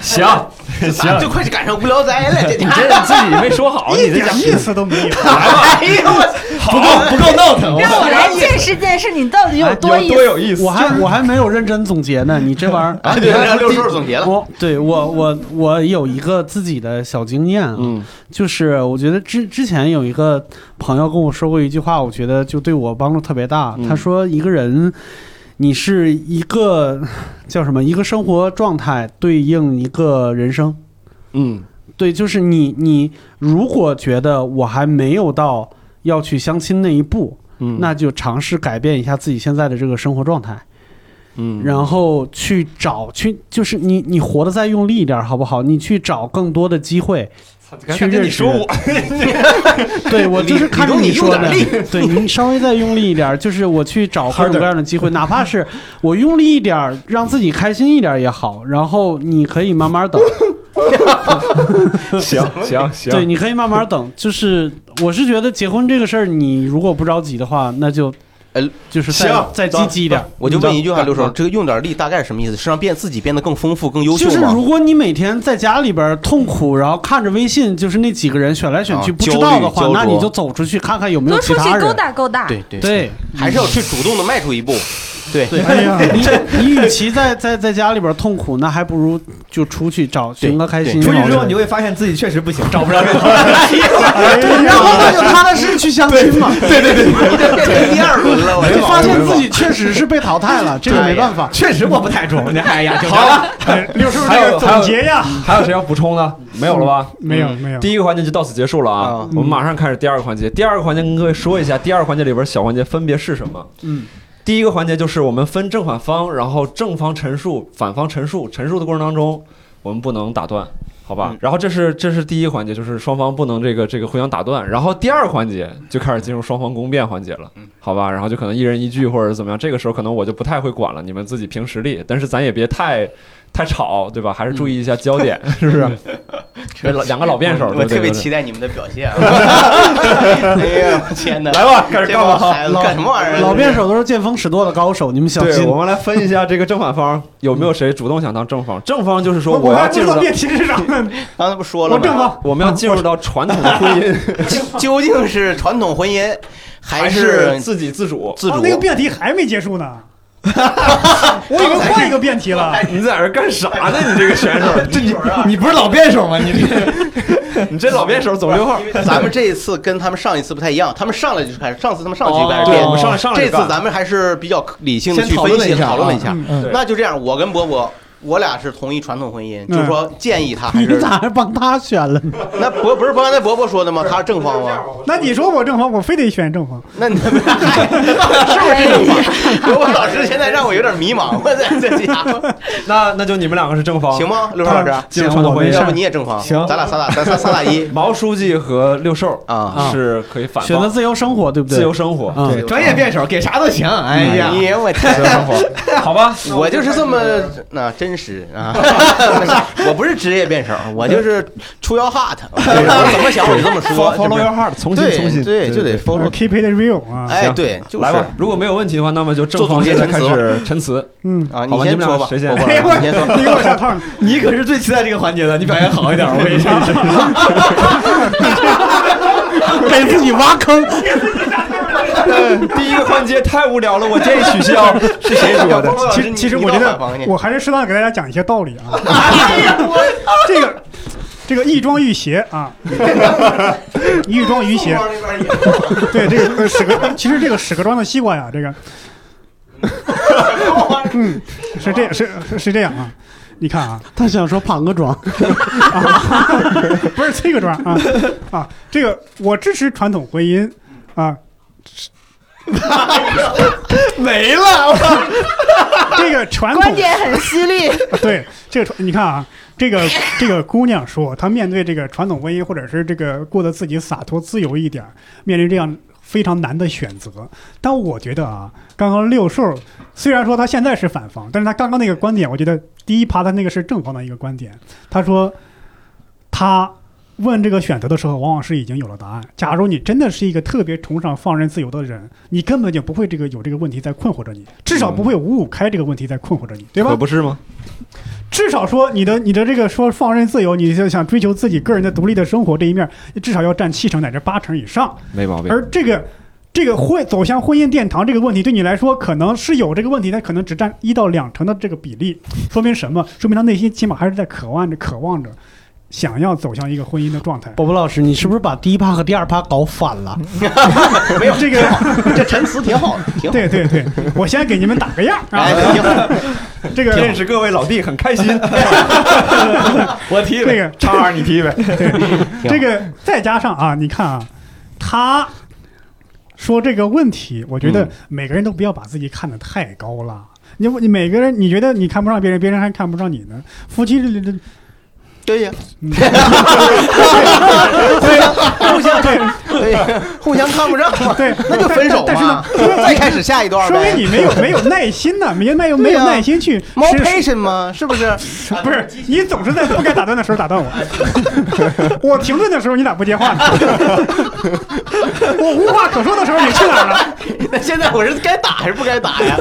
S11: 行
S4: 啊
S11: 行，
S4: 就快赶上无聊斋了，这
S11: 你这自己没说好，你
S6: 一
S11: 这
S6: 点
S11: 家
S6: 意思都没有。
S4: 哎呦我
S5: 不够不够 note，
S13: 让我来见识见识你到底
S12: 哎
S3: 啊
S13: 有多
S7: 有
S13: 意
S7: 多
S13: 思。
S7: 有意思？
S3: 我还我还没有认真总结呢，你这 玩意儿
S4: 啊，对，让 六叔总结了。
S3: 我对我我我有一个自己的小经验啊，
S1: 嗯
S3: 就是我觉得之之前有一个朋友跟我说过一句话，我觉得就对我帮助特别大。
S1: 嗯
S3: 他说一个人，你是一个叫什么？一个生活状态对应一个人生。
S1: 嗯
S3: 对，就是你你如果觉得我还没有到要去相亲那一步，
S1: 嗯，
S3: 那就尝试改变一下自己现在的这个生活状态。
S1: 嗯，
S3: 然后去找去，就是你你活得再用力一点，好不好？你去找更多的机会。去认识人， 对我就是看着你说的，对你稍微再用力一点，就是我去找各种各样的机会，哪怕是我用力一点，让自己开心一点也好。然后你可以慢慢等，
S7: 行行行，
S3: 对，你可以慢慢等。就是我是觉得结婚这个事儿，你如果不着急的话，那就，
S4: 呃，
S3: 就是再
S4: 行啊
S3: 再积极一点。
S4: 我就问一句话，
S7: 你知
S4: 刘
S7: 道
S4: 叔，这个用点力大概是什么意思？是让变自己变得更丰富、更优秀
S3: 就是
S4: 吗？
S3: 如果你每天在家里边儿痛苦，然后看着微信，就是那几个人选来选去，
S4: 啊
S3: 不知道的话
S4: 焦，虑
S3: 那
S4: 焦灼
S3: 你就走出去看看有没有
S13: 多
S3: 其
S13: 出
S3: 他
S13: 去勾
S3: 人。
S13: 搭勾搭，
S4: 对对，
S3: 对
S4: 还是要去主动的迈出一步。对，
S3: 对，
S6: 哎呀
S3: 你你与其在在在家里边儿痛苦，那还不如就出去找寻个开心。
S5: 出去之后你会发现自己确实不行，找不着人。
S6: 哎
S3: 对，然后那就踏踏实实去相亲嘛。
S4: 你这变成第二轮了，我
S3: 就
S4: 这
S3: 发现自己确实是被淘汰了，这个没办法。
S5: 确实摸不太准，哎呀，好了，
S6: 六叔
S7: 还有还
S6: 总
S7: 有
S6: 结呀，
S7: 还有谁要补充的？没有了吧？
S6: 没有没有，
S1: 第一个环节就到此结束了啊
S4: 啊，
S1: 我们马上开始第二个环节。第二个环节跟各位说一下，第二个环节里边小环节分别是什么？
S3: 嗯，
S1: 第一个环节就是我们分正反方，然后正方陈述，反方陈述。陈述的过程当中，我们不能打断，好吧
S4: 嗯？
S1: 然后这是这是第一个环节，就是双方不能这个这个互相打断。然后第二个环节就开始进入双方攻辩环节了，
S4: 嗯
S1: 好吧？然后就可能一人一句或者是怎么样。这个时候可能我就不太会管了，你们自己凭实力，但是咱也别太。太吵，对吧？还是注意一下焦点，
S4: 嗯
S1: 是不是？这老两个老辩手，
S4: 我
S1: 对
S4: 特
S1: 对
S4: 别
S1: 对
S4: 期待你们的表现啊。哎呀，天哪！来吧，开始干吧，孩子干什么玩意儿？
S3: 老辩手都是见风使舵的高手，你们小
S1: 对，
S3: 心
S1: 我。们来分一下这个正反方有没有谁主动想当正方？正方就是说
S6: 我
S1: 要
S6: 还不
S1: 进
S6: 知
S1: 入
S6: 道
S1: 到
S6: 辩题是啥呢，
S4: 刚才不说了
S6: 我
S4: 吗？
S6: 正方
S1: 我们要进入到传统的婚姻，
S4: 究究竟是传统婚姻 还是
S1: 自给自足？
S4: 自啊
S6: 哦
S4: 主？
S6: 那个辩题还没结束呢，我以为换一个辩题了。
S1: 你在这干啥呢？你这个选 手，
S5: 这你你不是老辩手吗？你这
S1: 你这老辩手走 六号。
S4: 咱们这一次跟他们上一次不太一样，他们上来就开始，上次他们上去就开始
S1: 对，
S4: 辩
S1: 我们上来上来
S4: 这
S1: 就干
S4: 次咱们还是比较理性的
S5: 先
S4: 去
S5: 讨
S4: 分
S5: 论了
S4: 析
S5: 一下，
S4: 讨论了一下。
S5: 嗯
S1: 对
S4: 那就这样，我跟波波，我俩是同意传统婚姻，
S6: 嗯
S4: 就是说建议他 还
S3: 你
S4: 是
S3: 咋还帮他选了呢？
S4: 那博不是刚才博博说的吗？他是正方吗？
S6: 那你说我正方，我非得选正方，
S4: 那你 是不是正方？博博老师现在让我有点迷茫，我在这家伙
S1: 那那就你们两个是正方，
S4: 行吗？刘老师，
S1: 进入传统婚
S3: 没
S1: 姻
S3: 事
S4: 要不
S1: 了。
S4: 你也正方？
S5: 行
S4: 咱俩仨打咱仨仨打一
S1: 毛书记和六兽
S4: 啊。
S3: 啊
S1: 是可以反
S3: 选择
S1: 方
S3: 自由生活，对不对？
S1: 自由生活，
S3: 啊，
S5: 专业辩手给啥都行，哎呀，
S4: 哎呀，我天
S1: 自由生活，好吧？
S4: 我就是这么那真实啊，我不是职业辩手，我就是出要 hot，我怎么想我就这么说
S1: Follow-。follow your heart，重新重
S4: 对
S1: 新，
S4: 对，就得 follow。
S6: 呃 keep it real 啊。
S4: 哎，对，就是
S1: 来吧。如果没有问题的话，那么就正方现在开始陈词。
S6: 嗯，
S4: 啊，
S1: 好吧
S4: 你先
S1: 你们俩
S4: 说吧，
S1: 谁先
S4: 我我
S6: 哎我
S4: 你先
S6: 你
S4: 说。
S6: 给我上趟，
S5: 你可是最期待这个 环节的，你表现好一点，我跟你说。
S3: 给自己挖坑。
S1: 第一个环节太无聊了，我建议取 消。
S4: 是谁说的
S6: 其实其实我觉得我还是适当给大家讲一些道理啊。 这个这个亦庄亦邪啊， 亦庄亦邪，对这个呃史格，其实这个史格庄的西瓜呀，这个，嗯，是这是是是这样啊。你看啊，
S3: 他想说庞各庄，
S6: 不是这个庄啊啊，这个我支持传统婚姻啊，
S5: 没了，
S6: 这个传统
S13: 观点很犀 利，
S6: 对，这个传你看啊，这个这个姑娘说，她面对这个传统婚姻，或者是这个过得自己洒脱自由一点儿，面临这样非常难的选择。但我觉得啊，刚刚六兽虽然说他现在是反方，但是他刚刚那个观点，我觉得第一趴他那个是正方的一个观点。他说他。问这个选择的时候，往往是已经有了答案。假如你真的是一个特别崇尚放任自由的人，你根本就不会这个有这个问题在困惑着你，至少不会五五开这个问题在困惑着你，对吧？
S1: 嗯可不是吗？
S6: 至少说你的你的这个说放任自由，你就想追求自己个人的独立的生活这一面，至少要占七成乃至八成以上。
S1: 没毛病。
S6: 而这个这个婚走向婚姻殿堂这个问题，对你来说可能是有这个问题，但可能只占一到两成的这个比例，说明什么？说明他内心起码还是在渴望着、渴望着，想要走向一个婚姻的状态。
S3: 波波老师，你是不是把第一趴和第二趴搞反了？
S6: 没有这个，
S4: 这陈词挺好的，挺好。
S6: 对对对，我先给你们打个样啊
S4: 哎，，挺好。
S6: 这个
S7: 认识各位老弟很开心。我踢呗
S6: 这个
S7: 叉二你踢呗。
S4: 挺好
S6: 这个再加上啊，你看啊，他说这个问题，我觉得
S1: 嗯
S6: 每个人都不要把自己看得太高了。你你每个人，你觉得你看不上别人，别人还看不上你呢。夫妻这这
S4: 对呀，
S6: 互 相对
S4: 对呀，互相看不上嘛，
S6: 对，
S4: 那就分手
S6: 但是呢
S4: 嘛，，再开始下一段
S6: 说明
S4: 呗。啊
S6: 你没有没有耐心呢，没没有没有耐心去
S4: 猫
S6: 是
S4: patient 嘛，是不是？
S6: 不是，你总是在不该打断的时候打 断我，我停顿的时候你咋不接话呢？我无话可说的时候你去哪儿了？
S4: 那现在我是该打还是不该打呀？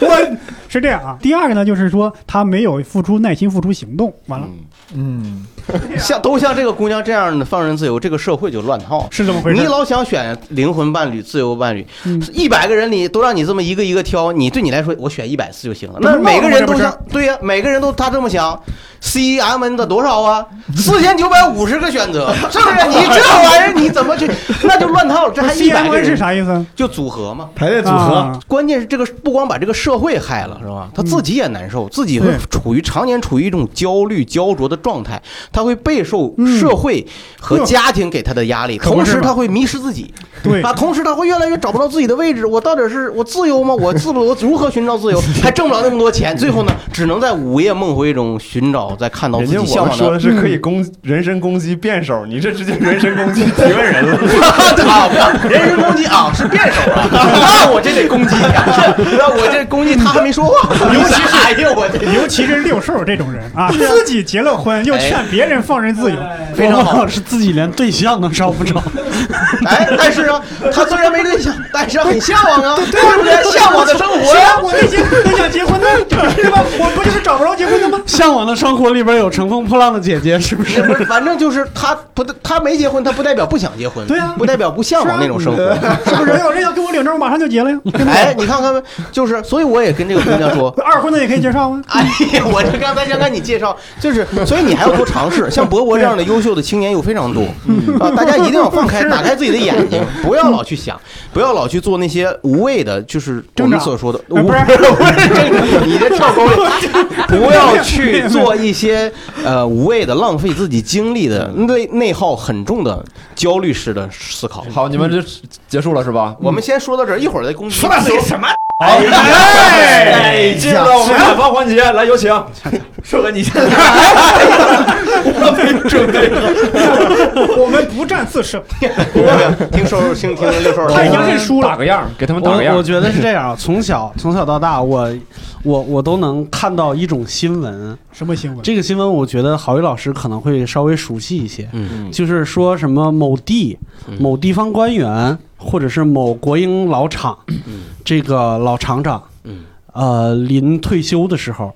S6: 我 是这样啊。第二个呢，就是说他没有付出耐心，付出行动，完了、
S5: 嗯，
S4: 像都像这个姑娘这样的放任自由，这个社会就乱套。
S6: 是这么回
S4: 你
S6: 事。
S4: 老想选灵魂伴侣、自由伴侣
S6: 嗯，
S4: 一百个人里都让你这么一个一个挑，你对你来说，我选一百次就行了。
S6: 那
S4: 那
S6: 不
S4: 每个人
S6: 闹
S4: 都
S6: 吗这不是
S4: 想，对呀、每个人都他这么想，C M N 的多少啊？四千九百五十个选 择，是不是？你这玩意儿你怎么去？那就乱套了。这还一百个
S6: CMN 是
S4: 人
S6: 啥意思？
S4: 就组合嘛。
S5: 排列组合，
S6: 啊，
S4: 关键是这个不光把这个社会害了，是吧？他自己也难受，自己会
S6: 对
S4: 处于常年处于一种焦虑、焦灼的状态，他会备受
S6: 嗯
S4: 社会和家庭给他的压力，
S6: 可不
S4: 同
S6: 是
S4: 时
S6: 嘛
S4: 他会迷失自己，
S6: 对
S4: 啊，同时他会越来越找不到自己的位置。我到底是我自由吗？我自不？我如何寻找自由？还挣不了那么多钱，最后呢，只能在午夜梦回中寻找，再看到
S7: 人
S4: 哦自
S7: 家
S4: 己向
S7: 我
S4: 往
S7: 说
S4: 的。
S7: 的是可以攻人身攻击辩手，你这直接人身攻击提问人了。
S4: 啊，人身攻击啊，是辩手 啊，那我这得攻击，那我这攻击他还没说话，尤其是哎呀，我这
S6: 尤其是六兽这种人 啊，自己结了婚
S4: 哎
S6: 又劝别人放任自由，
S4: 非常
S3: 波
S4: 好
S3: 波。老师自己连对象都找不着，
S4: 哎，但是啊，他虽然没对象，但是很向往啊，对不对？向往的生活
S6: 谁
S4: 呀
S6: 让。我内心 都想结婚呢？对吧？我不就是找不着结婚的吗？
S3: 向往的生活里边有乘风破浪的姐姐，是不
S4: 是
S3: 是？
S4: 不是，反正就是他不，他没结婚，他不代表不想结婚，
S6: 对啊
S4: 不代表不向往那种生活。
S6: 是啊不是？有人要跟我领证，我马上就结了呀。
S4: 哎，你看看，就是，所以我也跟这个姑娘说，
S6: 二婚的也可以 介绍啊。
S4: 哎呀，我这刚才想跟你介绍，就是，所以你还要多尝试。像博博这样的优秀的青年又非常多啊，大家一定要放开，打开自己的眼睛，不要老去想，不要老去做那些无谓的，就是我们所说的，
S6: 哎
S4: 无
S6: 不是
S4: 不是这个，你这跳沟里，不要去做一些呃无谓的浪费自己精力的内内耗很重的焦虑式的思考。
S1: 好，你们这结束了是吧？
S4: 我们先说到这儿，一会儿再攻击。
S7: 说到底什么？
S1: 哎，进入到我们反方环节，来有请。
S5: 硕哥你现在
S6: 我们不战自胜，
S4: 听瘦瘦，听听六瘦，
S6: 他已经认输了
S1: 打。个样，给他们打个
S3: 我我
S1: 样。
S3: 觉得是这样啊，从小从小到大，我我我都能看到一种新闻，
S6: 什么新闻？
S3: 这个新闻我觉得郝宇老师可能会稍微熟悉一些，
S4: 嗯。
S3: 就是说什么某地
S4: 嗯
S3: 某地方官员或者是某国营老厂，这个老厂长
S4: 嗯，
S3: 呃，临退休的时候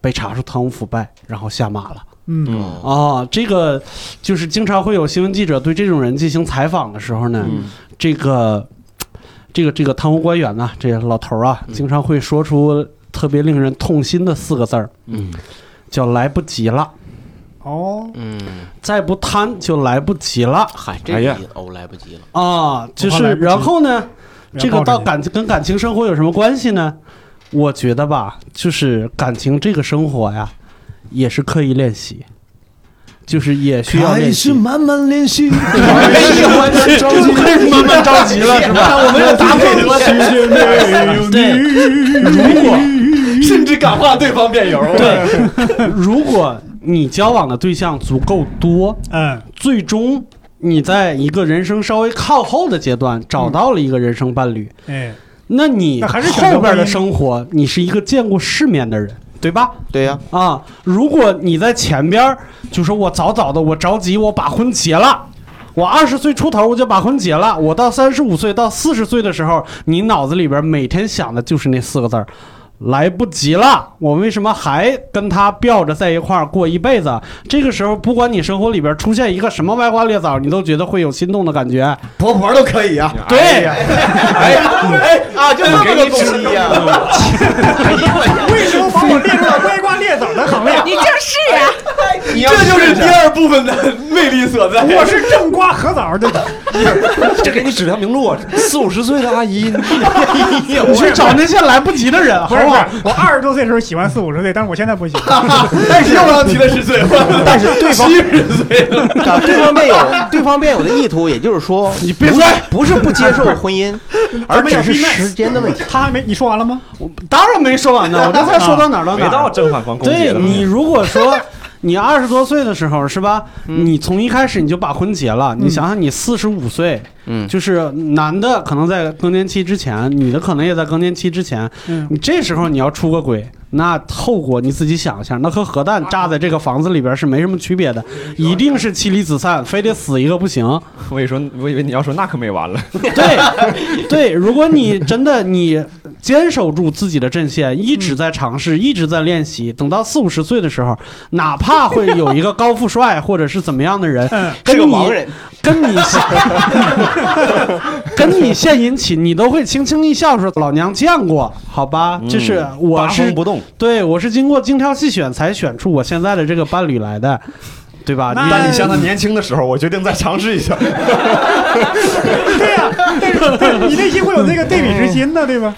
S3: 被查出贪污腐败，然后下马了。
S6: 嗯，
S4: 嗯
S3: 哦，这个就是经常会有新闻记者对这种人进行采访的时候呢，
S4: 嗯
S3: 这个这个这个贪污官员呐、这个老头儿啊，
S4: 嗯
S3: 经常会说出特别令人痛心的四个字儿，
S4: 嗯
S3: 叫来不及了，
S6: 哦，
S4: 嗯，
S3: 再不贪就来不及了
S4: 嗨，
S1: 哎
S4: 这
S1: 呀
S4: 个哦来不及了。
S3: 啊！就
S6: 我怕来
S3: 是
S6: 不及
S3: 然后呢，这个到
S6: 到
S3: 感情跟感情生活有什么关系呢？我觉得吧，就是感情这个生活呀，也是刻意练习，就是也需要练习。
S5: 慢慢 练习，
S4: 哎呦我这
S3: 着急，慢慢着急了是吧？我们有搭配的
S6: 对
S3: 对，如果
S5: 甚至感化对方变油。
S3: 对，如果你交往的对象足够多，
S6: 嗯，
S3: 最终你在一个人生稍微靠后的阶段找到了一个人生伴侣，
S6: 哎，
S3: 那你
S6: 那还是选择
S3: 后边
S6: 婚
S3: 的
S6: 姻
S3: 生活，你是一个见过世面的人，对吧？
S4: 对呀，
S3: 啊，如果你在前边儿就说我早早的我着急我把婚结了。我二十岁出头我就把婚结了，我到三十五岁到四十岁的时候，你脑子里边每天想的就是那四个字儿，来不及了，我为什么还跟他吊着在一块儿过一辈子？这个时候，不管你生活里边出现一个什么歪瓜裂枣，你都觉得会有心动的感觉。
S5: 婆婆都可以啊，
S3: 对，
S4: 哎哎啊，就这么个东西呀！哎
S6: 为什么把我列入了歪瓜裂枣的 行列？
S13: 你就是呀，
S5: 这就是第二部分的魅力所在。
S6: 我是正瓜合枣的，
S1: 这给你指条明路啊，四五十岁的阿姨，
S3: 你去找那些来不及的人，好
S6: 不是
S3: 不
S6: 不
S3: 好？
S6: 是，我二十多岁的时候喜欢四五十岁，但是我现在不喜欢。
S4: 哎
S5: 但是又让提了十岁，
S4: 但是对 方
S5: 七十岁了，
S4: 啊对方辩有对方辩有的意图，也就是说，
S3: 你别
S4: 不
S3: 说
S4: 不是不接受婚姻，而只是时间的问题。
S6: 他还没，你说完了吗？
S3: 我当然没说完呢，我刚才说到哪儿
S1: 啊
S3: 到
S7: 没
S3: 哪
S7: 到
S3: 儿。
S7: 正反方攻击
S3: 对
S7: 了。
S3: 你如果说你二十多岁的时候是吧，
S4: 嗯
S3: 你从一开始你就把婚结了，你
S6: 嗯
S3: 想想你四十五岁，
S4: 嗯
S3: 就是男的可能在更年期之前，女的可能也在更年期之前，
S6: 嗯，
S3: 你这时候你要出个轨，那后果你自己想一下，那和核弹炸在这个房子里边是没什么区别的，一定是妻离子散，非得死一个不行。
S7: 我以为说，我以为你要说那可没完了。
S3: 对对，如果你真的你坚守住自己的阵线，一直在尝试，一直在练习，等到四五十岁的时候，哪怕会有一个高富帅或者是怎么样的人
S6: 嗯，
S4: 是
S3: 跟
S4: 个
S3: 你
S4: 盲人，
S3: 跟你献跟你献殷勤，你都会轻轻一笑说：“老娘见过，好吧？”
S7: 嗯
S3: 就是我
S7: 八
S3: 是哎
S7: 风不动，
S3: 对我是经过精挑细选才选出我现在的这个伴侣来的，对吧？
S6: 那
S7: 但你像他年轻的时候，我决定再尝试一下。
S6: 对呀、但是但是你内心会有那个对比之心的，对吧？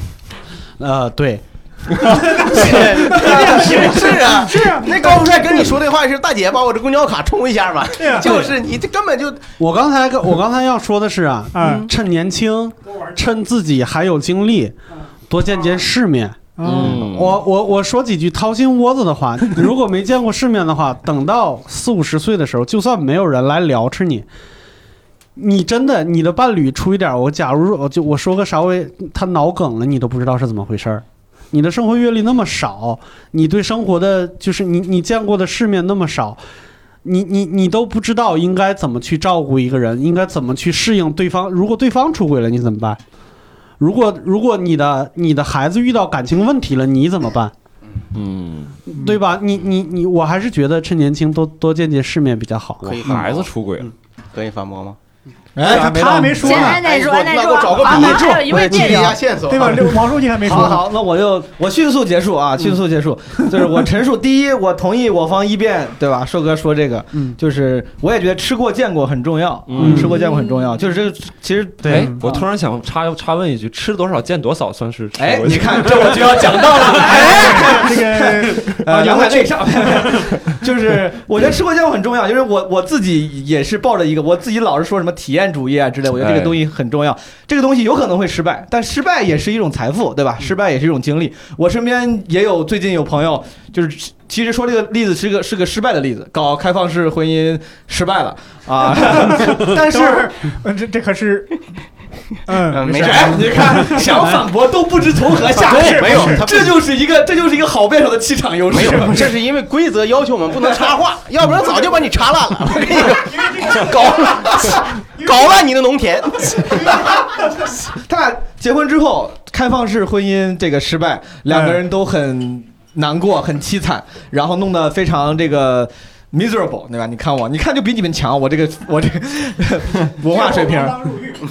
S3: 呃，对，
S4: 是是啊。
S6: 是啊，
S4: 那高富帅跟你说那话 是大姐，把我这公交卡充一下吧
S6: 对呀。
S4: 就是你这根本就
S3: 我刚才我刚才要说的是啊，
S6: 嗯
S3: 趁年轻，趁自己还有精力，多见见世面。
S6: 嗯，
S3: 我我我说几句掏心窝子的话，如果没见过世面的话，等到四五十岁的时候，就算没有人来聊吃你，你真的你的伴侣出一点，我假如我就我说个稍微他脑梗了，你都不知道是怎么回事儿。你的生活阅历那么少，你对生活的就是你你见过的世面那么少，你你你都不知道应该怎么去照顾一个人，应该怎么去适应对方。如果对方出轨了，你怎么办？如果如果你的你的孩子遇到感情问题了，你怎么办？
S1: 嗯，
S3: 对吧？你你你，我还是觉得趁年轻多多见见世面比较好。
S4: 可以反驳
S7: 孩子出轨了，
S4: 可以反驳吗？
S5: 哎
S6: 他他还没说
S13: 先
S6: 呢，
S13: 按耐住，
S4: 哎
S13: 按耐住
S4: 我那我找个，
S13: 啊
S4: 比喻
S13: 还有一位
S4: 提
S13: 辩
S4: 一
S13: 友
S4: 下，线索，
S6: 对吧？刘王书记还没说
S5: 啊
S6: 呢。
S5: 好好，那我就我迅速结束啊，迅速结束，
S1: 嗯
S5: 就是我陈述。第一，我同意我方一辩，对吧？硕哥说这个，
S3: 嗯
S5: 就是我也觉得吃过见过很重要，
S1: 嗯
S5: 吃过见过很重要，就是这个其实
S1: 哎
S3: 嗯，
S1: 我突然想插插问一句，吃多少见多少算是？
S5: 哎，你 看这我就要讲到了，
S6: 这个
S5: 呃，
S6: 两
S5: 两
S6: 百
S5: 百内上，就是我觉得吃过见过很重要，因为我我自己也是抱着一个我自己老是说什么体验主义啊之类，我觉得这
S1: 哎
S5: 个东西很重要。这个东西有可能会失败，但失败也是一种财富，对吧？失败也是一种经历。我身边也有最近有朋友，就是其实说这个例子是个是个失败的例子，搞开放式婚姻失败了啊，但是
S6: 等会儿，呃这这可是，嗯，
S4: 嗯，没事，
S5: 哎你 看想反驳都不知从何下手，
S4: 没有，他不
S5: 这就是一个这就是一个好辩手的气场优势
S4: 没。 有，这是因为规则要求我们不能插话，要不然早就把你插烂了。我跟你 说，搞搞烂你的农田。
S5: 他俩结婚之后，开放式婚姻这个失败，两个人都很难过，很凄惨，然后弄得非常这个 miserable，对吧？你看我，你看就比你们强，我这个我这个文化水平。
S6: 哎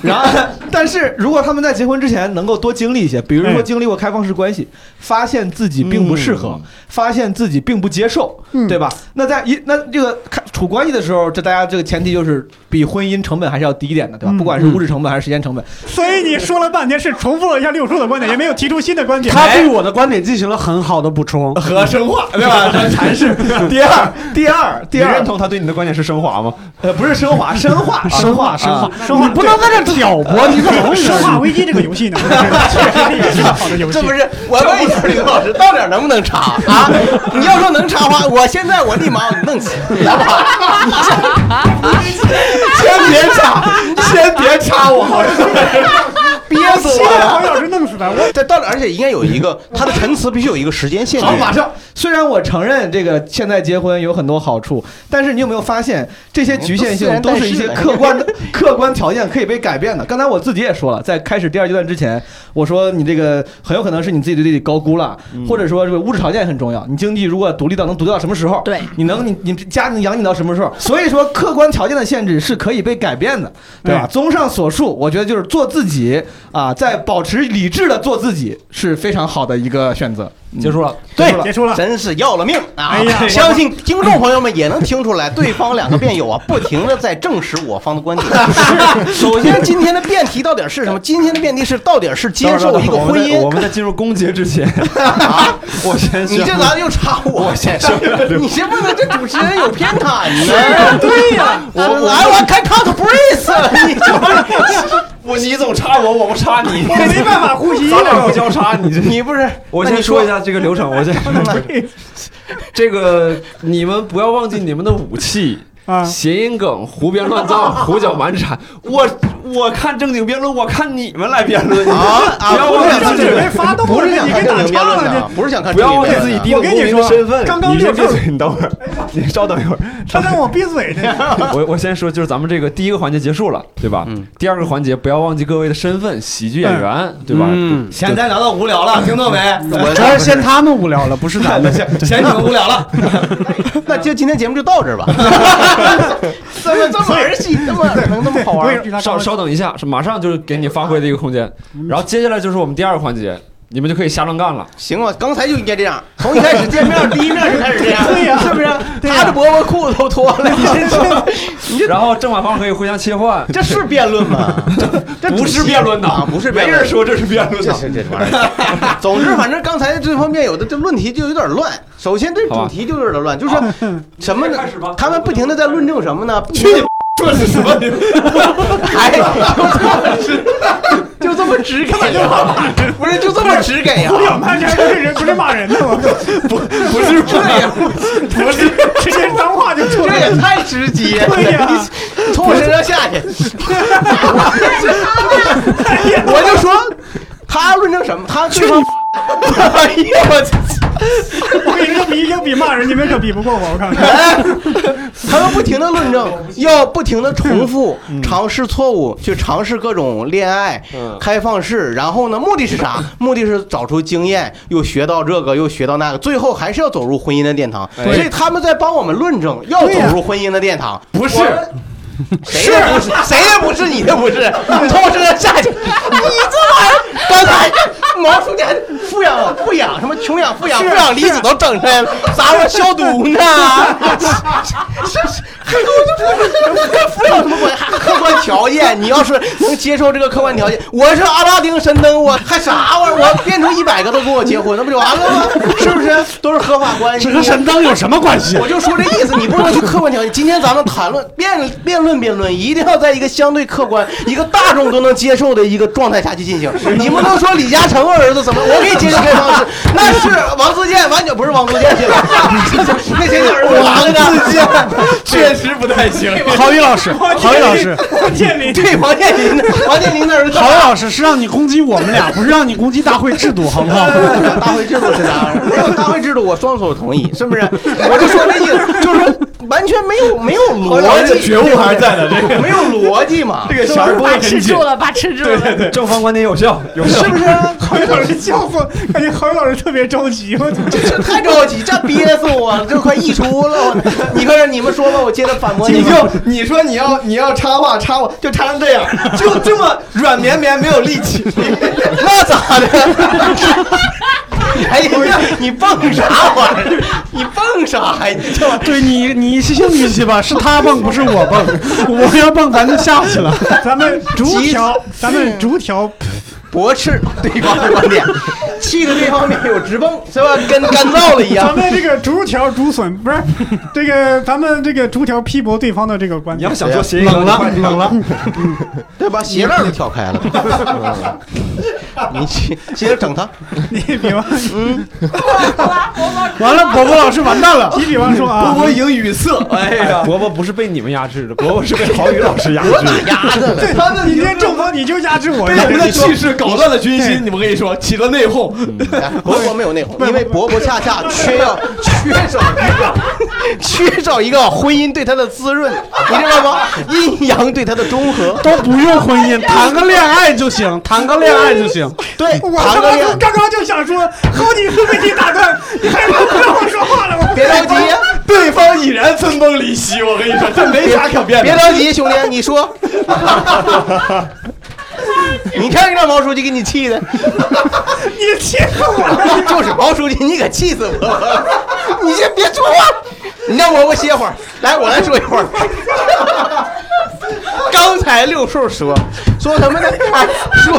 S5: 然后，但是如果他们在结婚之前能够多经历一些，比如
S1: 哎
S5: 说
S6: 嗯
S5: 经历过开放式关系，发现自己并不适
S1: 嗯
S5: 合，发现自己并不接受，
S6: 嗯
S5: 对吧？那在一那这个开处关系的时候，这大家这个前提就是比婚姻成本还是要低一点的，对吧？
S6: 嗯
S5: 不管是物质成本还是时间成本，
S6: 所以你说了半天是重复了一下六叔的观点，也没有提出新的观点。
S3: 他对我的观点进行了很好的补充。
S5: 和生化，对 吧？这禅是第二，第二，第
S7: 你
S5: 二
S7: 认，同他对你的观点是升华吗？
S5: 呃，不是升华，深化，
S3: 生化
S5: 啊
S3: 生化
S5: 啊，
S6: 生化
S3: 你不能在这挑拨，你怎么回事
S6: 生？化危机这个游戏呢，这也是个好的游戏
S4: 这。不是我问一下李老师，到点儿能不能插啊？你要说能插话，我现在我立马我弄死你，好不好？
S5: 先别插，先别插我，好
S6: 憋死我了！黄老师弄死他！
S5: 反正我
S4: 这到了，而且应该有一个它的陈词必须有一个时间限
S5: 好，
S4: 制。
S5: 马上。虽然我承认这个现在结婚有很多好处，但是你有没有发现这些局限性都是一
S4: 嗯
S5: 些客观的客观条件可以被改变的？刚才我自己也说了，在开始第二阶段之前，我说你这个很有可能是你自己对自己高估了，或者说这个物质条件很重要。你经济如果独立到能独立到什么时候？
S2: 对，
S5: 你能你你家能养你到什么时候？所以说客观条件的限制是可以被改变的，对吧？综上所述，我觉得就是做自己啊，在保持理智的做自己是非常好的一个选择。
S1: 结束了，
S5: 结束了
S6: 结束了。
S4: 哎真是要了命啊！
S6: 哎呀
S4: 相信听众朋友们也能听出来，对方两个辩友啊，不停的在证实我方的观点。首先，今天的辩题到底是什么？今天的辩题是到底是接受一个婚姻
S7: 我们在进入公结之前，
S4: 啊？
S7: 我先
S4: 你这咋又插我？先生，你这不能这主持人有偏袒呢？
S5: 对呀、
S4: 我来，我开 cut breeze，你就是
S7: 我你总插我，我不插你，
S6: 没办法呼吸
S7: 咱俩有交叉，你这。
S4: 你不是？
S1: 我
S4: 那
S1: 先
S4: 你
S1: 说一下这个流程，我先这个你们不要忘记你们的武器。
S6: 啊！
S1: 谐音梗、胡编乱造、胡搅蛮缠，我我看正经辩论，我看你们来辩论，
S4: 啊啊！
S1: 不要忘记
S6: 正
S1: 自己
S6: 准
S1: 的
S6: 备发动
S4: 不
S6: 了，
S4: 是想
S6: 你
S4: 看
S6: 给
S4: 正
S6: 打
S4: 经辩
S6: 岔
S4: 论的啊
S6: 了，，
S4: 不是想看
S1: 不
S4: 正
S1: 要
S4: 经
S1: 忘记
S4: 辩
S1: 自己
S4: 论的。
S1: 低
S6: 我
S1: 等
S6: 跟
S1: 公
S6: 你
S1: 民
S6: 说
S1: 的身份。
S6: 刚刚
S7: 你
S6: 就
S7: 先
S6: 是
S7: 闭嘴，你等会儿，你稍等一会儿。
S6: 他让我闭嘴去。
S1: 我我先说，就是咱们这个第一个环节结束了，对吧？
S4: 嗯
S1: 第二个环节不要忘记各位的身份，喜剧演员，对吧？
S4: 嗯
S5: 现在聊到无聊了，听懂没？
S4: 啊我
S3: 主要是嫌他们无聊了，不是咱们。
S5: 嫌你们无聊了，
S4: 那就今天节目就到这儿吧。怎么这么儿戏，这么能这么好玩？
S6: 对，
S1: 稍稍等一下，是马上就是给你发挥的一个空间。然后接下来就是我们第二个环节，你们就可以瞎乱干了。
S4: 行啊，刚才就应该这样，从一开始见面第一面就开始这样，
S6: 对呀
S4: 是不是？
S6: 对呀
S4: 他的饽饽裤子都脱了，你这这
S1: 然后正反方可以互相切换，
S4: 这是辩论吗？ 这
S1: 不是辩论
S4: 啊
S1: 呐，
S4: 不是辩
S1: 没
S4: 论，
S1: 人说这是辩论
S4: 这
S1: 呐。
S4: 是这玩意儿。 总之，反正刚才这方面有的这论题就有点乱。首先，这
S1: 好
S4: 主
S1: 吧
S4: 题就有点乱，就是什么呢
S1: 开始吧？
S4: 他们不停的在论证什么呢？去你
S7: 说的是什么？
S4: 还就这么直，就这么直给呀？不是就这么直给啊呀？
S6: 小曼这不是人，不是骂人的吗？
S4: 不是这样，
S6: 不是，直接脏话就出
S4: 这
S6: 来
S4: 也
S6: 了。
S4: 太直接。
S6: 对呀，
S4: 你从我身上下 去，我就说他论证什么？他去你！哎 呀，我操！
S6: 我跟你说，比硬比骂人，你们可比不过我。我告诉你，
S4: 哎，他们不停的论证，要不停的重复，尝试错误，去尝试各种恋爱、开放式，然后呢，目的是啥？目的是找出经验，又学到这个，又学到那个，最后还是要走入婚姻的殿堂。所以他们在帮我们论证要走入婚姻的殿堂，
S1: 不是，
S4: 谁也不是，谁也不是，你也不是， 你从我身上下去，你这玩意儿，刚才毛书记还富养富养什么穷养富养富养离子都整出来了，咱们消毒 呢，啊是是，还跟我就不跟富养什么关系？还客观条件，你要是能接受这个客观条件，我是阿拉丁神灯，我还啥玩意儿？我变成一百个都跟我结婚，那不就完了吗？是不是？都是合法关系。啊
S3: 这和神灯有什么关系？
S4: 我就说这意思，你不能去客观条件。今天咱们谈论 辩辩论辩论，一定要在一个相对客观、一个大众都能接受的一个状态下去进行。你不能说李嘉诚儿子怎么，我可以接受这方 式，那是王自健完全不是王自健去了， 那谁的儿子完了呢？自健确实不太行。
S3: 郝宇老师，郝宇老师，
S6: 王健林，
S4: 对王健林的， 王健林的儿子
S3: 郝宇老师是让你攻击我们俩，不是让你攻击大会制度，好不好？
S4: 大会制度是啥玩意儿？没有大会制度，我双手同意，是不是？我就说这意思，就是说完全没有没有逻辑，
S7: 觉悟还是在 的，这个
S4: 没有逻辑嘛。
S7: 这个小儿不会
S2: 把
S7: 很
S2: 持
S7: 紧
S2: 住。了，把持住
S7: 对对
S2: 了。
S7: 对，正方观点有效，有效。
S4: 是不是啊？
S6: 郝宇老师笑死我，感觉郝宇老师特别着急。我
S4: 这这太着急，这憋死我了，这快溢出了。我你看你们说吧，我接着反驳
S5: 你
S4: 你
S5: 就
S4: 们。
S5: 你说你要你要插话插我，就插成这样，就这么软绵绵，没有力气。
S4: 那咋的？哎呀，你蹦啥玩意儿？你蹦啥呀？这玩意儿
S3: 对你，你兴运气吧，是他蹦，不是我蹦。我要蹦，咱就下去了。
S6: 咱们逐条，咱们逐条
S4: 驳斥对方的观点， 气得对方面有直蹦，是吧？跟干燥了一
S6: 咱
S4: 样。
S6: 们这个逐条竹笋不是这个，咱们这个逐条批驳对方的这个观
S7: 你
S6: 点
S7: 要。想做谐音梗，你快
S3: 冷了，
S4: 对，把鞋带都挑开了。嗯你去接着整他，
S6: 你比方，
S3: 完了，伯伯老师完蛋了。
S6: 你比方说啊，
S5: 我已经语塞，哎呀，
S7: 伯伯不是被你们压制的，伯伯是被郝宇老师压制的。
S4: 压着呢。
S5: 他的
S6: 你这正方，你就压制我
S5: 被，哎我们的气势搞乱了军心，你们跟你说起了内讧。
S7: 嗯
S4: 伯伯没有内讧，因为伯伯恰恰缺要缺少一个缺少一个婚姻对他的滋润，你知道吗？阴阳对他的中和，
S3: 都不用婚姻，谈个恋爱就 行，谈个恋爱就行。
S4: 对，
S6: 我
S4: 谈
S6: 他
S4: 个
S6: 妈
S4: 恋
S6: 就
S4: 爱，
S6: 刚刚就想说好几次被你打断，你还不让我说话了，我
S4: 别着急，
S5: 对方已然分崩离析，我跟你 说，这没啥可辩
S4: 别
S5: 的。
S4: 着急，兄弟，你说。 你看让毛书记给你气的，
S6: 你气死我了！
S4: 就是毛书记，你可气死我 了！你先别说话，你让我我歇会儿。来，我来说一 会儿。刚才六兽说说什么呢？哎说。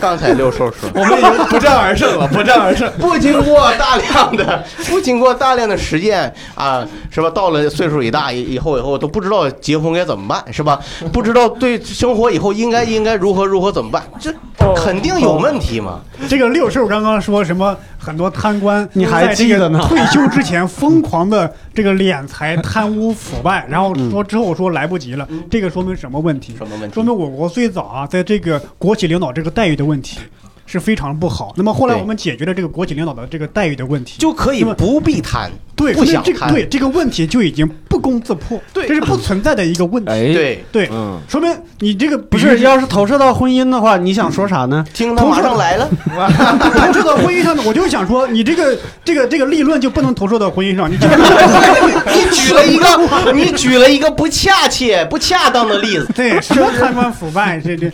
S4: 刚才六兽说，
S5: 我们已经不战而胜了，不战而胜。
S4: 不经过大量 的、不经过大量的实践啊，是吧？到了岁数一大以以后以后都不知道结婚该怎么办，是吧？
S6: 嗯
S4: 不知道对生活以后应该应该如何如何怎么办，这
S6: 哦
S4: 肯定有问题嘛。
S6: 这个六兽刚刚说什么？很多贪官，
S3: 你还记得呢
S6: 退休之前疯狂的这个敛财、贪污、腐败，然后说之后说来不及了，这个说明什么问题？
S4: 什么问题
S6: 说明我国最早啊，在这个国企领导这个待遇的问题是非常不好。那么后来
S4: 对
S6: 我们解决了这个国企领导的这个待遇的问题，
S4: 就可以不必贪，
S6: 对，
S4: 不想
S6: 这个
S4: 贪，
S6: 对这个问题就已经不攻自破，
S4: 对
S6: 这是不存在的一个问题。
S1: 哎，，
S4: 对，
S6: 对，
S1: 嗯，
S6: 说明你这个
S3: 不
S6: 不
S3: 是，啊要是投射到婚姻的话，你想说啥呢？
S4: 听他马上来了，
S6: 投射到婚姻上面，我就想说，你这个这个这个立论就不能投射到婚姻上，你这个
S4: 你举了一 个，你举了一个不恰切、不恰当的例子，
S6: 对什么贪官腐败，这这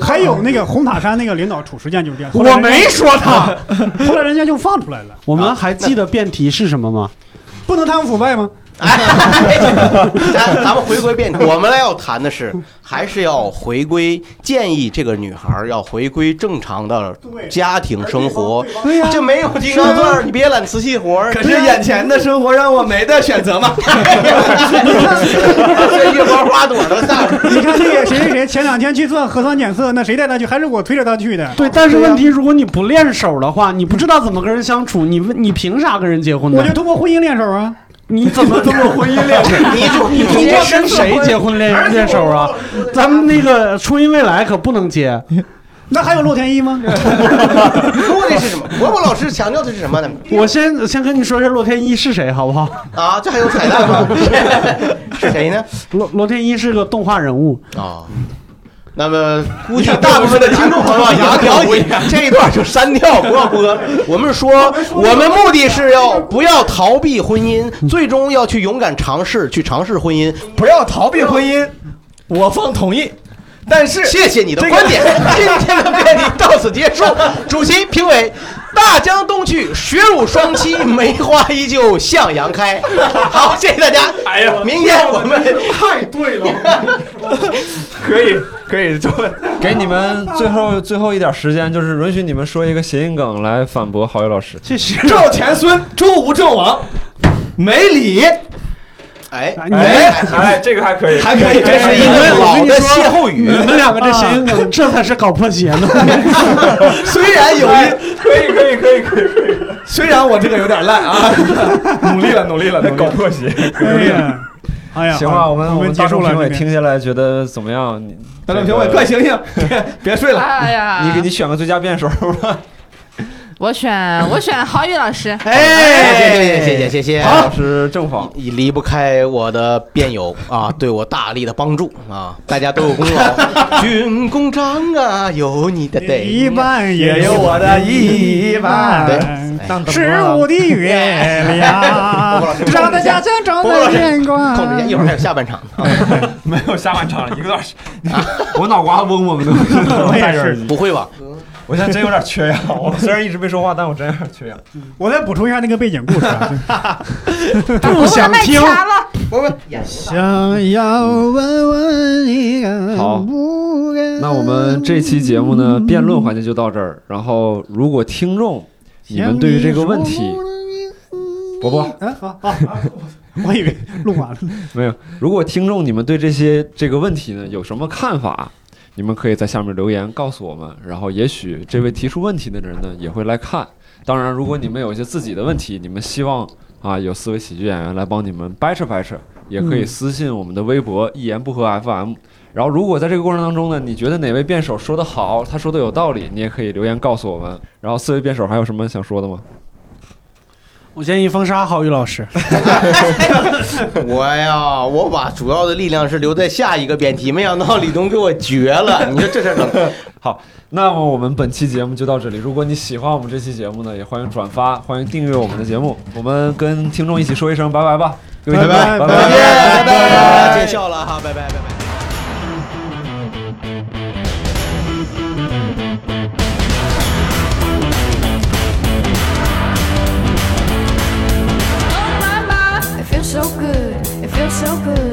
S6: 还有那个红塔山那个领导处实践就是这样，后来人家
S3: 说他。
S6: 后来人家就放出来了，
S3: 我们还记得辩题是什么吗？
S6: 不能贪污腐败吗？
S4: 咱咱们回归辩题，我们来要谈的是，还是要回归，建议这个女孩儿要回归正常的家庭生活。
S3: 对呀、
S4: 这没有金刚钻，你别揽瓷器活儿。
S5: 可是眼前的生活让我没得选 择嘛。
S4: 这月光花朵都散了。
S6: 你看那个谁谁谁前两天去做核酸检测，那谁带他去？还是我推着他去的。
S3: 对，但是问题，如果你不练手的话，你不知道怎么跟人相处，你问你凭啥跟人结婚呢
S6: 我就？通过婚姻练手啊，
S3: 你怎么通过婚姻练手？
S4: 你 就
S3: 你通过跟谁结婚练练手啊？ 咱们那个初音未来可不能结，
S6: 那还有洛天依吗？
S4: 说的是什么？伯伯老师强调的是什么呢？
S3: 我先先跟你说一下洛天依是谁，好不好？
S4: 啊，这还有彩蛋吗？ 是谁呢？
S3: 罗罗天依是个动画人物，
S4: 啊。那么估计 大部分的听众朋友已啊经了解 这一段就删掉，不要播。我们说，嗯我们目的是要不要逃避婚姻，最终要去勇敢尝试，去尝试婚姻。
S5: 不要逃避婚姻，我方同意。但是
S4: 谢谢你的观点， 今天的辩题到此结束。主席、评 委，大江东去，雪乳双栖，梅花依旧向阳开。好，谢谢大家。哎呀，明天我们
S5: 太对了，
S7: 可以可以，就给你们最后 最后一点时间，就是允许你们说一个谐音梗来反驳郝宇老师。
S3: 这是
S5: 赵钱孙，周吴郑王，没理
S4: 哎
S3: 哎你们
S5: 哎
S7: 哎，这个还可以，
S5: 还可以，哎
S4: 这是一个老的歇后语。
S5: 嗯
S3: 你们两个这谐音梗，这才是搞破鞋呢。
S5: 虽然有一，
S7: 可以可以可以可以可以，
S5: 虽然我这个有点烂啊，
S7: 努力了努力了，搞破鞋。
S6: 哎呀，哎呀，
S7: 行吧，我们
S6: 我
S7: 我们
S6: 结
S7: 大众
S6: 束了
S7: 评
S6: 这
S7: 委
S6: 边。
S7: 听下来觉得怎么样？你
S5: 咱们评委快醒醒，别别睡了。
S2: 哎呀，
S7: 你给你选个最佳辩手 吧。
S2: 我选我选郝宇老师，
S4: 哎，谢谢谢谢谢谢。
S7: 郝老师正方，
S4: 你离不开我的辩友啊，对我大力的帮助啊，大家都有功劳。军功章啊，有你的
S6: 一
S4: 对。
S6: 半
S5: 也有我的一半
S4: 对
S6: 十五的月亮，让大家真正的眼光。
S4: 控制一下，一会儿还有下半场。
S7: 没有下半场了，一个多小时， 我脑瓜嗡嗡的， 我戴着耳机。
S4: 不会吧？
S7: 我现在真有点缺氧， 我虽然一直没说话，但我真有点 缺氧。
S6: 我再补充一下那个背景故事啊，
S3: 不想听，
S4: 不是，演
S6: 想要问问 你敢
S1: 好
S6: 不敢
S1: 那我们这期节目呢，辩论环节就到这儿。然后，如果听众你们对于这个问题，
S7: 嗯
S1: 伯伯
S6: 啊啊啊！我以为录完了，
S1: 没有，如果听众你们对这些这个问题呢有什么看法，你们可以在下面留言告诉我们。然后，也许这位提出问题的人呢也会来看。当然，如果你们有一些自己的问题，你们希望啊，有四位喜剧演员来帮你们掰扯掰扯，也可以
S3: 嗯
S1: 私信我们的微博“一言不合 FM”。然后，如果在这个过程当中呢，你觉得哪位辩手说的好，他说的有道理，你也可以留言告诉我们。然后，四位辩手还有什么想说的吗？
S3: 我建议封杀郝宇老师。
S4: 我呀，我把主要的力量是留在下一个辩题，没想到李东给我绝了。你说这事儿整的，
S1: 那么我们本期节目就到这里。如果你喜欢我们这期节目呢，也欢迎转发，欢迎订阅我们的节目。我们跟听众一起说一声拜拜吧，各位听众，
S6: 拜拜
S1: 拜
S6: 拜
S4: 再
S6: 拜
S4: 见，拜
S6: 拜
S4: 见笑了哈，拜拜拜拜。
S14: It feels so Oh, good. It feels so good. Oh, Oh,